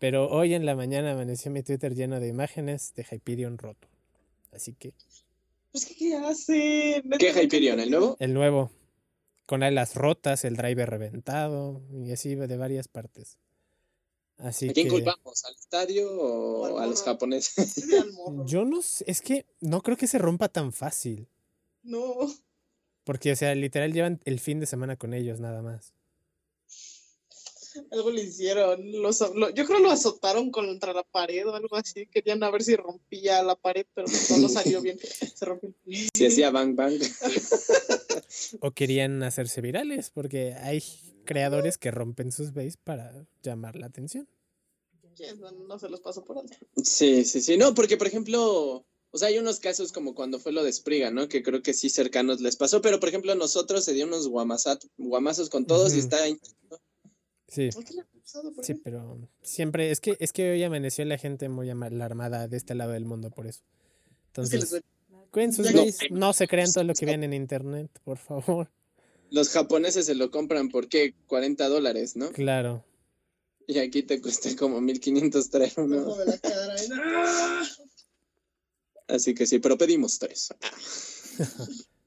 S3: pero hoy en la mañana amaneció mi Twitter lleno de imágenes de Hyperion roto. Así que
S2: pues, ¿qué, ¿qué hacen?
S1: ¿Qué Hyperion, el nuevo?
S3: el nuevo, con alas rotas, el driver reventado y así de varias partes. Así
S1: ¿A quién
S3: que...
S1: culpamos? ¿Al estadio o a los japoneses?
S2: Ese al morro.
S3: Yo no sé, es que no creo que se rompa tan fácil.
S2: No.
S3: Porque, o sea, literal llevan el fin de semana con ellos nada más.
S2: Algo le hicieron. Los, lo- yo creo lo azotaron contra la pared o algo así. Querían a ver si rompía la pared, pero no, no salió bien. Se rompió.
S1: Si hacía bang bang.
S3: O querían hacerse virales, porque hay creadores que rompen sus base para llamar la atención.
S2: No, no se los pasó por alto.
S1: Sí, sí, sí. No, porque por ejemplo, o sea, hay unos casos como cuando fue lo de Spriga, ¿no? Que creo que sí cercanos les pasó, pero por ejemplo, nosotros se dio unos guamazat- guamazos con todos y
S3: Ujú.
S1: está ahí, ¿no?
S3: Sí,
S2: ¿Por qué le ha pasado por
S3: sí,
S2: ahí?
S3: pero siempre. Es que, es que hoy amaneció la gente muy ama- alarmada de este lado del mundo por eso.
S2: Es que les
S3: Entonces,
S2: duele.
S3: cuiden sus
S2: ya que-
S3: gays, No se crean todo lo que ven en internet, por favor.
S1: Los japoneses se lo compran por qué 40 dólares, ¿no?
S3: Claro.
S1: Y aquí te cuesta como 1500 traer uno.
S2: Ojo de la cara, y- ¡Ah!
S1: Así que sí, pero pedimos tres.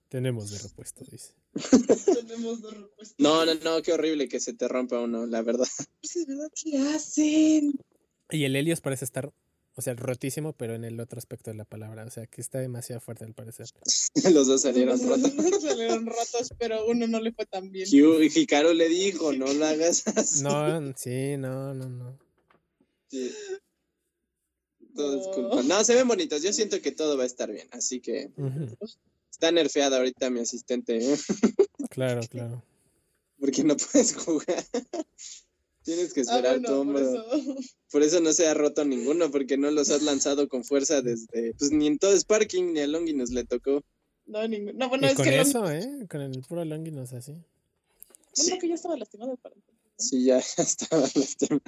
S3: Tenemos de repuesto, dice.
S2: Tenemos dos respuestas.
S1: No, no, no, qué horrible que se te rompa uno, la verdad.
S2: Es Pues, verdad que hacen.
S3: Y el Helios parece estar, o sea, rotísimo, pero en el otro aspecto de la palabra. O sea, que está demasiado fuerte al parecer.
S1: Los dos salieron rotos.
S2: Salieron rotos, pero uno no le fue tan bien. Ah,
S1: Hyu- Hikaru le dijo, no lo hagas así.
S3: No, sí, no, no, no.
S1: Sí. Todo es
S2: No.
S1: culpa. No, se ven bonitos. Yo siento que todo va a estar bien. Así que
S3: Ujú,
S1: está nerfeada ahorita mi asistente, ¿eh?
S3: Claro, claro.
S1: porque no puedes jugar. Tienes que
S2: Ah,
S1: esperar tu
S2: bueno, por
S1: hombro. Por eso.
S2: eso.
S1: no se ha roto ninguno, porque no los has lanzado con fuerza desde. Pues ni en todo Sparking ni a Longinus le tocó.
S2: No, ningún... no bueno,
S3: Y
S2: es
S3: con
S2: que lo-
S3: eso, ¿eh? Con el puro Longinus así.
S1: Sí,
S2: Bueno, que ya estaba lastimado para
S1: sí, ya estaba lastimado.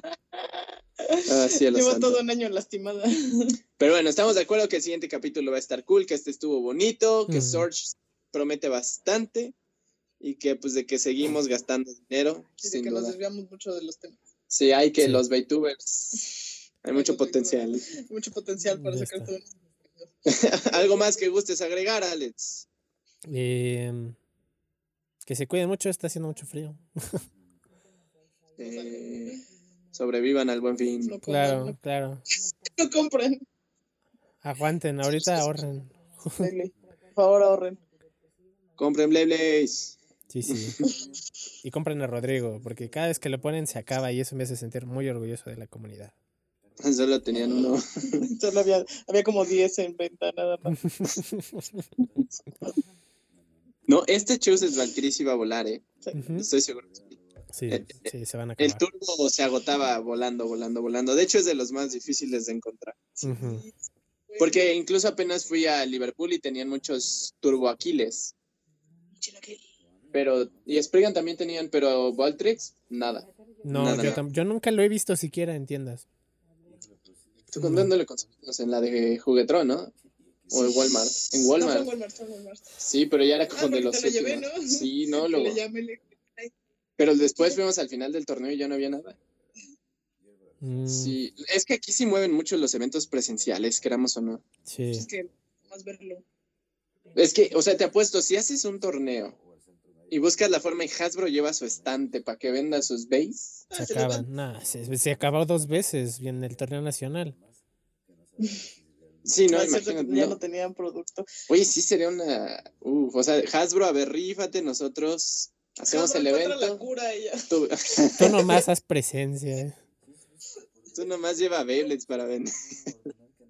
S1: Ah, cielo
S2: Lleva
S1: santo.
S2: todo un año lastimada.
S1: Pero bueno, estamos de acuerdo que el siguiente capítulo va a estar cool, que este estuvo bonito, que
S3: Ujú.
S1: Sorge promete bastante y que pues de que seguimos gastando dinero.
S2: Y de
S1: sin
S2: que nos
S1: duda.
S2: desviamos mucho de los temas.
S1: Sí, hay que
S3: Sí.
S1: los VTubers. Hay mucho
S2: Los
S1: potencial.
S2: Mucho potencial para
S3: Ya
S2: sacar
S3: está.
S2: todo.
S1: Algo más que gustes agregar, Alex.
S3: Eh, que se cuiden mucho, está haciendo mucho frío.
S1: Eh, sobrevivan al buen fin.
S2: No compren,
S3: Claro, claro.
S2: No, no compren.
S3: Aguanten, ahorita ahorren.
S2: Dele. Por favor, ahorren.
S1: Compren Blay Blaze.
S3: Sí, sí. Y compren a Rodrigo, porque cada vez que lo ponen se acaba y eso me hace sentir muy orgulloso de la comunidad.
S1: Solo tenían uno.
S2: Solo había, había como 10 en venta, nada más.
S1: No, este Chooses Valkyrie sí iba a volar, eh.
S3: Ujú.
S1: Estoy seguro.
S3: Sí,
S2: Eh,
S3: sí, se van a
S1: El
S3: acabar.
S1: turbo se agotaba volando, volando, volando. De hecho, es de los más difíciles de encontrar.
S3: Ujú.
S1: Porque incluso apenas fui a Liverpool y tenían muchos turboaquiles. Pero, y Spriggan también tenían, pero Voltrix, nada.
S3: No,
S1: Nada,
S3: yo,
S1: nada.
S3: tam- yo nunca lo he visto siquiera en tiendas.
S1: Tú contándole con en la de Juguetrón, ¿no? O en Walmart. En
S2: No,
S1: Walmart.
S2: fue en Walmart, fue en Walmart.
S1: Sí, pero ya era
S2: Ah,
S1: como de
S2: porque
S1: los
S2: te lo llevé,
S1: últimos.
S2: ¿no?
S1: Sí, no,
S2: Que
S1: luego.
S2: le llamé y le-
S1: Pero después fuimos al final del torneo y ya no había nada.
S3: Mm, sí.
S1: Sí, es que aquí sí mueven mucho los eventos presenciales, queramos o no.
S2: Es que más verlo.
S1: Es que, o sea, te apuesto, si haces un torneo y buscas la forma y Hasbro lleva su estante para que venda sus base,
S3: se acaban. Nah, se, se acabó dos veces bien el torneo nacional.
S1: Sí, no,
S2: Ah, es cierto que
S1: imagínate.
S2: ya
S1: no.
S2: no tenían producto.
S1: Oye, sí sería una. Uf, o sea, Hasbro, a ver, rífate, nosotros hacemos
S2: Hasbro,
S1: el
S2: encuentra la
S1: evento.
S2: cura y ya.
S1: Tú,
S3: Tú nomás haz presencia. eh.
S1: tú nomás lleva Beyblades para vender.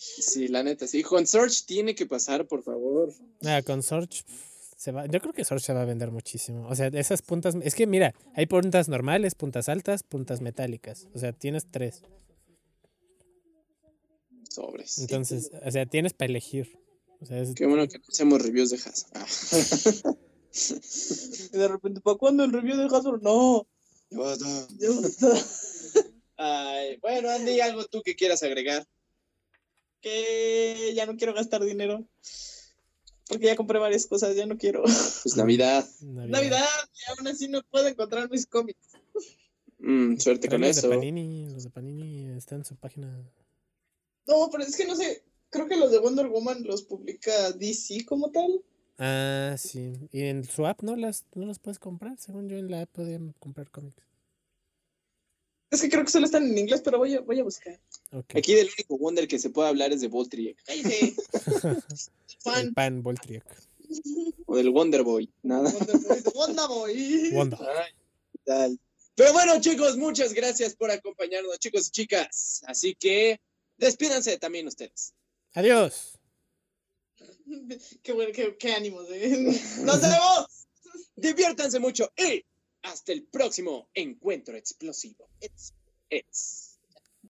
S1: Sí, la neta, sí. Con Search tiene que pasar, por favor.
S3: Nada, Ah, con Sorge pf, se va. Yo creo que Sorge se va a vender muchísimo. O sea, esas puntas. Es que mira, hay puntas normales, puntas altas, puntas metálicas. O sea, tienes tres.
S1: Sobres.
S3: Entonces, o sea, tienes para elegir. O sea, es-
S1: Qué bueno que no hacemos reviews de Hasbro. Ah,
S2: Y de repente, ¿para cuándo el review de Hasbro? No. Yo-
S1: Ay, bueno, Andy, algo tú que quieras agregar.
S2: que ya no quiero gastar dinero. Porque ya compré varias cosas, ya no quiero.
S1: Pues Navidad.
S3: Navidad.
S2: Navidad, y aún así no puedo encontrar mis cómics.
S1: Mm, suerte con
S3: Traen los de
S1: eso.
S3: Panini, los de Panini están en su página.
S2: No, pero es que no sé. Creo que los de Wonder Woman los publica DC como tal.
S3: Ah, sí. Y en su app no las, no las puedes comprar. Según yo, en la app podían comprar cómics.
S2: Es que creo que solo están en inglés, pero voy a, voy a buscar.
S3: Ok.
S1: Aquí del único Wonder que se puede hablar es de Voltri
S2: Cállate.
S3: El
S2: Fan.
S3: pan Voltriac.
S1: o del Wonder Boy. Nada.
S2: Wonder Boy. Wonder Boy.
S3: Wanda.
S1: Ay, ¿qué tal? Pero bueno, chicos, muchas gracias por acompañarnos, chicos y chicas. Así que despídanse también ustedes.
S3: Adiós.
S2: Qué bueno, qué, qué ánimos, eh. ¡Nos vemos!
S1: Diviértanse mucho y hasta el próximo encuentro explosivo. It's, it's.